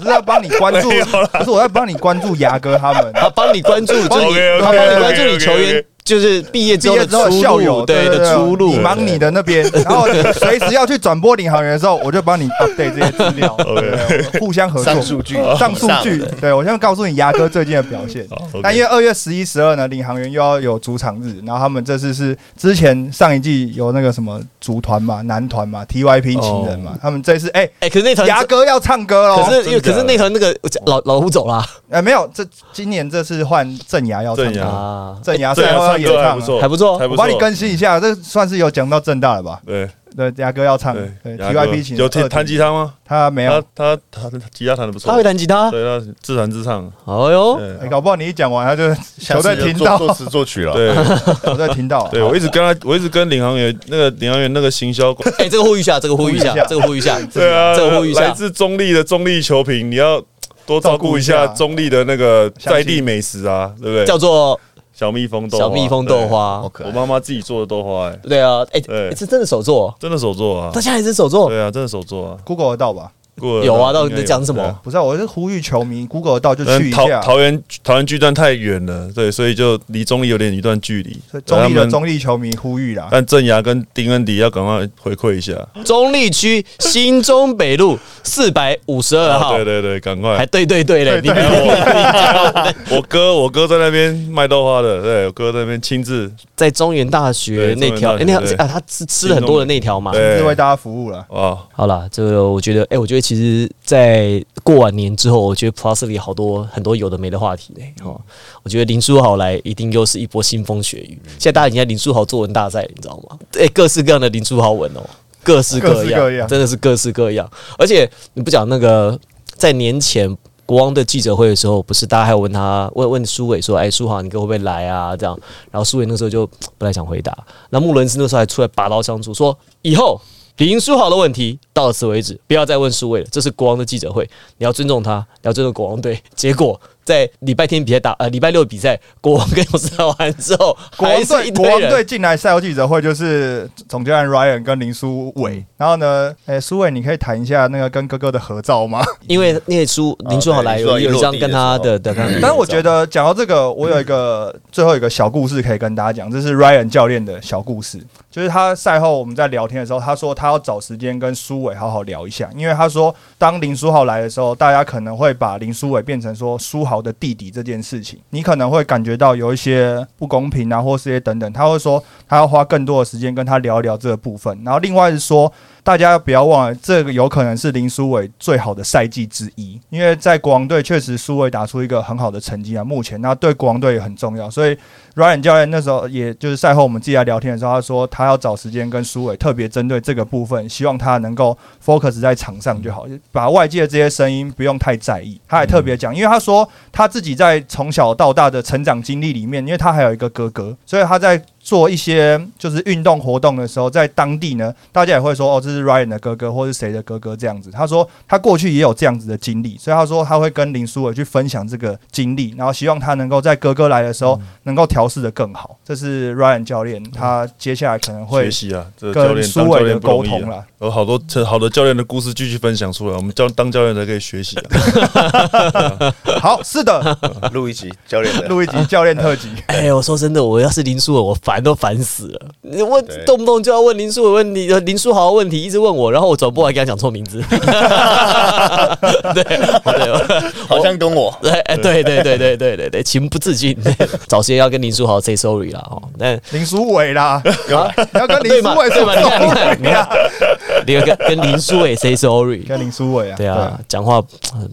[SPEAKER 4] 我是要帮你关注，不是我在帮你关注牙哥他们。
[SPEAKER 3] 他帮你关注，就是你
[SPEAKER 1] OK，OK，OK，OK，OK
[SPEAKER 3] 他帮你关注你球员，就是毕业之
[SPEAKER 4] 毕
[SPEAKER 3] 后的
[SPEAKER 4] 业之后的
[SPEAKER 3] 出
[SPEAKER 4] 校
[SPEAKER 3] 路，
[SPEAKER 4] 友
[SPEAKER 3] 对的出路
[SPEAKER 1] 嗯
[SPEAKER 4] 你。忙你的那边，然后随时要去转播领航员的时候，我就帮你 update 这些资料，对互相合作
[SPEAKER 2] 上数据
[SPEAKER 4] 哦上数据
[SPEAKER 2] 以上。
[SPEAKER 4] 对我现在告诉你牙哥最近的表现。
[SPEAKER 1] 好
[SPEAKER 4] 那因为
[SPEAKER 1] OK
[SPEAKER 4] 二月十一、十二呢，领航员又要有主场日，然后他们这次是之前上一季有那个什么组团嘛、男团嘛、TYP 情人嘛，他们这次哎，
[SPEAKER 3] 哎，可是那团
[SPEAKER 4] 牙哥要唱歌
[SPEAKER 3] 可
[SPEAKER 4] 喽。
[SPEAKER 3] 是因为可是那团那个
[SPEAKER 1] 嗯
[SPEAKER 3] 老老胡走了
[SPEAKER 4] 哎，没有，这今年这次换郑牙要唱
[SPEAKER 1] 郑
[SPEAKER 4] 歌，
[SPEAKER 1] 雅
[SPEAKER 3] 啊，
[SPEAKER 4] 郑牙
[SPEAKER 1] 正
[SPEAKER 4] 赛后要
[SPEAKER 1] 唱
[SPEAKER 4] 演
[SPEAKER 1] 歌还
[SPEAKER 4] 唱
[SPEAKER 1] 不
[SPEAKER 4] 啊。
[SPEAKER 1] 错，
[SPEAKER 3] 还不错
[SPEAKER 1] 还不
[SPEAKER 4] 我
[SPEAKER 1] 错。
[SPEAKER 4] 帮你更新一下，这算是有讲到正大了吧？
[SPEAKER 1] 对
[SPEAKER 4] 对，牙哥要
[SPEAKER 3] 啊
[SPEAKER 4] 唱，
[SPEAKER 1] 对
[SPEAKER 4] 对
[SPEAKER 1] 牙哥
[SPEAKER 4] ，TYP 情
[SPEAKER 1] 有
[SPEAKER 4] 人二
[SPEAKER 1] 弹弹
[SPEAKER 4] 点零
[SPEAKER 1] 吉他吗？
[SPEAKER 4] 他没有
[SPEAKER 1] 他，他他吉他弹的不错
[SPEAKER 3] 他会，弹吉他，
[SPEAKER 1] 对，他自弹自唱。
[SPEAKER 3] 哎呦，
[SPEAKER 1] 对
[SPEAKER 4] 哎搞不好你一讲完他就球
[SPEAKER 2] 下次
[SPEAKER 4] 队
[SPEAKER 2] 就
[SPEAKER 4] 听
[SPEAKER 2] 做
[SPEAKER 4] 到，
[SPEAKER 2] 作词作曲了。
[SPEAKER 1] 对
[SPEAKER 4] 球队听到，啊
[SPEAKER 1] 对，我一直跟他，我一直跟领航员那个领航员那个行销官。
[SPEAKER 3] 哎，这个呼吁一下，这个呼吁一下
[SPEAKER 4] 呼吁一，下
[SPEAKER 3] 这个呼吁一 下，
[SPEAKER 1] 对啊，
[SPEAKER 3] 这个呼吁一
[SPEAKER 1] 来
[SPEAKER 3] 下。
[SPEAKER 1] 自中立的中立球评，你要多照顾一
[SPEAKER 4] 照
[SPEAKER 1] 下
[SPEAKER 4] 顾一下
[SPEAKER 1] 中立的那个在地美食啊，对不对？
[SPEAKER 3] 叫做
[SPEAKER 1] 小蜜蜂豆花
[SPEAKER 3] 小蜜蜂豆，花
[SPEAKER 2] 好，
[SPEAKER 1] 对
[SPEAKER 2] 可
[SPEAKER 1] 我
[SPEAKER 2] 爱。
[SPEAKER 1] 妈妈自己做的豆花，哎，
[SPEAKER 3] 对啊，哎，
[SPEAKER 1] 对
[SPEAKER 3] 哎这真的手作，
[SPEAKER 1] 真的手做啊
[SPEAKER 3] 到，现在还是手作，
[SPEAKER 1] 对啊，真的手做啊。
[SPEAKER 4] ，Google 得到吧？
[SPEAKER 1] 过了
[SPEAKER 3] 有啊，
[SPEAKER 1] 应该
[SPEAKER 3] 到底在讲什
[SPEAKER 1] 对啊
[SPEAKER 3] 么？
[SPEAKER 4] 不是啊，我是呼吁球迷 Google 得到就去
[SPEAKER 1] 嗯，
[SPEAKER 4] 一
[SPEAKER 1] 桃
[SPEAKER 4] 下，
[SPEAKER 1] 桃园桃园巨蛋太远了，对，所以就离中立有点一段距离
[SPEAKER 4] 所以。中
[SPEAKER 1] 他
[SPEAKER 4] 立的
[SPEAKER 1] 们
[SPEAKER 4] 中立球迷呼吁啦，
[SPEAKER 1] 但郑牙跟丁恩迪要赶快回馈一下。
[SPEAKER 3] 中立区新中北路四百五十二号
[SPEAKER 1] 啊对，对对，赶
[SPEAKER 3] 还
[SPEAKER 1] 快！
[SPEAKER 3] 对对对嘞，你
[SPEAKER 1] 我哥我哥在那边卖豆花的，对我哥在那边亲自，
[SPEAKER 3] 在中原大学
[SPEAKER 1] 对
[SPEAKER 3] 那条，哎
[SPEAKER 1] 中原大学
[SPEAKER 3] 那条是
[SPEAKER 1] 对
[SPEAKER 3] 啊，他吃吃了很多的那条嘛，
[SPEAKER 4] 是啊为
[SPEAKER 1] 对，
[SPEAKER 4] 大家服务啦。
[SPEAKER 1] 哇，
[SPEAKER 3] 好啦，这个我觉得，哎、我觉得其实，在过完年之后，我觉得 Plus 里好多很多有的没的话题嘞、哦，我觉得林书豪来一定又是一波腥风血雨。
[SPEAKER 4] 嗯
[SPEAKER 3] 现在大家已经在林书豪作文大赛了，你知道吗？哎、各式各样的林书豪文哦，各式各
[SPEAKER 4] 各式
[SPEAKER 3] 样，
[SPEAKER 4] 各样
[SPEAKER 3] 真的是各式各样。而且你不讲那个，在年前国王的记者会的时候，不是大家还有问他问问苏伟说：“哎、书豪，你哥会不会来啊？”这样，然后苏伟那时候就嘖不太想回答。那穆伦斯那时候还出来拔刀相助，说：“以后林书豪的问题到此为止，不要再问苏伟了，这是国王的记者会，你要尊重他，你要尊重国王队。”结果在礼拜天比赛打呃礼拜六比赛，国王跟勇士打完之后，
[SPEAKER 4] 国
[SPEAKER 3] 还
[SPEAKER 4] 王
[SPEAKER 3] 是一
[SPEAKER 4] 队
[SPEAKER 3] 堆
[SPEAKER 4] 国王
[SPEAKER 3] 人
[SPEAKER 4] 队进来赛后记者会，就是总教练 Ryan 跟林书伟，然后呢，哎，书伟你可以谈一下那个跟哥哥的合照吗？
[SPEAKER 3] 因为那书林书豪
[SPEAKER 4] 啊
[SPEAKER 3] 来有有一张跟他的的，但
[SPEAKER 4] 但是我觉得讲到这个，我有一个最后一个小故事可以跟大家讲，这是 Ryan 教练的小故事，就是他赛后我们在聊天的时候，他说他要找时间跟苏伟好好聊一下，因为他说当林书豪来的时候，大家可能会把林书伟变成说书豪的弟弟这件事情，你可能会感觉到有一些不公平啊，或是一些等等，他会说他要花更多的时间跟他聊一聊这个部分，然后另外是说大家不要忘了，这个有可能是林书伟最好的赛季之一，因为在国王队确实苏伟打出一个很好的成绩啊，目前那对国王队也很重要，所以 Ryan 教练那时候也就是赛后我们自己来聊天的时候，他说他要找时间跟苏伟特别针对这个部分，希望他能够 focus 在场上就好，把外界这些声音不用太在意。他还特别讲，因为他说他自己在从小到大的成长经历里面，因为他还有一个哥哥，所以他在做一些就是运动活动的时候，在当地呢，大家也会说哦，这是 Ryan 的哥哥，或是谁的哥哥这样子。他说他过去也有这样子的经历，所以他说他会跟林书伟去分享这个经历，然后希望他能够在哥哥来的时
[SPEAKER 3] 嗯
[SPEAKER 4] 候能够调试的更好。这是 Ryan 教练他接下来可能会
[SPEAKER 1] 学习啊，这个教
[SPEAKER 4] 跟
[SPEAKER 1] 练
[SPEAKER 4] 苏
[SPEAKER 1] 当教
[SPEAKER 4] 伟的
[SPEAKER 1] 练不
[SPEAKER 4] 沟
[SPEAKER 1] 容易
[SPEAKER 4] 通
[SPEAKER 1] 啊
[SPEAKER 4] 了。
[SPEAKER 1] 有好多这好的教练的故事继续分享出来，我们教当教练的可以学习啊、
[SPEAKER 4] 好，是 的，
[SPEAKER 2] 录一 集教练的，
[SPEAKER 4] 录一集教练特辑。
[SPEAKER 3] 哎、我说真的，我要是林书伟，我烦都烦死了。你问
[SPEAKER 2] 对
[SPEAKER 3] 动不动就要 问林书伟问题，呃林书豪的问题一直问我，然后我转播还跟他讲错名字。对对，
[SPEAKER 2] 好像跟我
[SPEAKER 3] 对，哎，对对对对对对对，情不自禁。早些要跟林书豪 say sorry 啦，哦，那
[SPEAKER 4] 林书伟啦，你要跟林
[SPEAKER 3] 对
[SPEAKER 4] 书
[SPEAKER 3] 嘛
[SPEAKER 4] 伟
[SPEAKER 3] 对嘛，你看你
[SPEAKER 4] 说
[SPEAKER 3] 看你看，你要跟跟林书伟 say sorry，
[SPEAKER 4] 跟林书伟啊，
[SPEAKER 3] 对啊，讲话。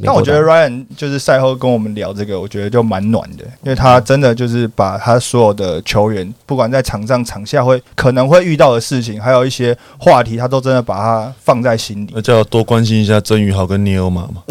[SPEAKER 4] 那我觉得 Ryan 就是赛后跟我们聊这个，我觉得就蛮暖的，因为他真的就是把他所有的球员，不管在场上场下会可能会遇到的事情，还有一些话题，他都真的把它放在心里
[SPEAKER 3] 嗯
[SPEAKER 1] 那。就要多关心一下曾宇豪跟尼欧马 嘛。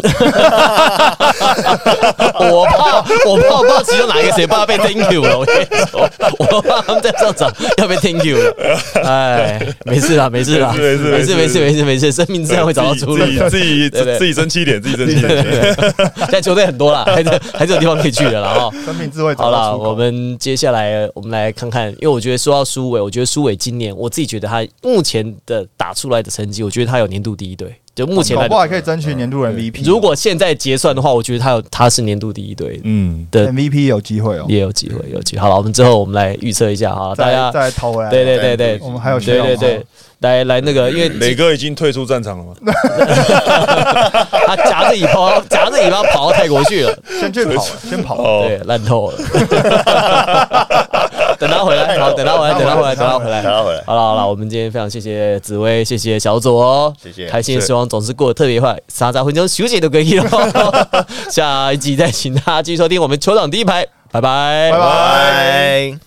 [SPEAKER 3] 我怕我怕我不知道其中哪一个谁怕被 thank you 了，我跟你说，我怕他们在上场要被 thank you 了。哎，没事啦，没事啦，
[SPEAKER 1] 没事
[SPEAKER 3] 没
[SPEAKER 1] 没
[SPEAKER 3] 事
[SPEAKER 1] 事
[SPEAKER 3] 没事没事没事，生命自然会找到出路
[SPEAKER 1] 自。己自己
[SPEAKER 3] 对
[SPEAKER 1] 自
[SPEAKER 3] 对
[SPEAKER 1] 己自己争气一点，自己争气一
[SPEAKER 3] 对
[SPEAKER 1] 点。
[SPEAKER 3] 对对现在球队很多啦，还是还是有地方可以去的啦哦。
[SPEAKER 4] 生命智慧
[SPEAKER 3] 好
[SPEAKER 4] 找
[SPEAKER 3] 啦，
[SPEAKER 4] 到出
[SPEAKER 3] 我
[SPEAKER 4] 口。
[SPEAKER 3] 们接下来我们来看看，因为我觉得说到苏伟，我觉得苏伟今年我自己觉得他目前的打出来的成绩，我觉得他有年度第一队，就目前
[SPEAKER 4] 搞
[SPEAKER 3] 来
[SPEAKER 4] 不好还可以争取年度 MVP 哦。
[SPEAKER 3] 如果现在结算的话，我觉得他有他是年度第一队
[SPEAKER 1] 嗯，
[SPEAKER 3] 的
[SPEAKER 4] MVP 有机会哦，
[SPEAKER 3] 也有机会，有机会。好了，我们之后我们来预测一下哈，大
[SPEAKER 4] 再
[SPEAKER 3] 家
[SPEAKER 4] 再来投回来。
[SPEAKER 3] 对对对对，
[SPEAKER 4] 我们还有学
[SPEAKER 3] 对
[SPEAKER 4] 长
[SPEAKER 3] 对对，来来那个，因为
[SPEAKER 1] 磊哥已经退出战场了嘛？
[SPEAKER 3] 他夹着尾巴夹着尾巴跑到泰国去了，
[SPEAKER 4] 先去跑，先跑。
[SPEAKER 1] 哦，
[SPEAKER 3] 对，烂透了。等他回来，好，等他回来，等他回来，等他回来，
[SPEAKER 2] 等他回来
[SPEAKER 3] 好了好了，我们今天非常谢谢紫薇，谢谢小左哦，
[SPEAKER 2] 谢谢
[SPEAKER 3] 开心的
[SPEAKER 2] 是
[SPEAKER 3] 时光总是过得特别快，沙沙混钟休息都可以哦了。 下一集再请大家继续收听我们球场第一排，拜拜，
[SPEAKER 4] 拜拜
[SPEAKER 2] 拜。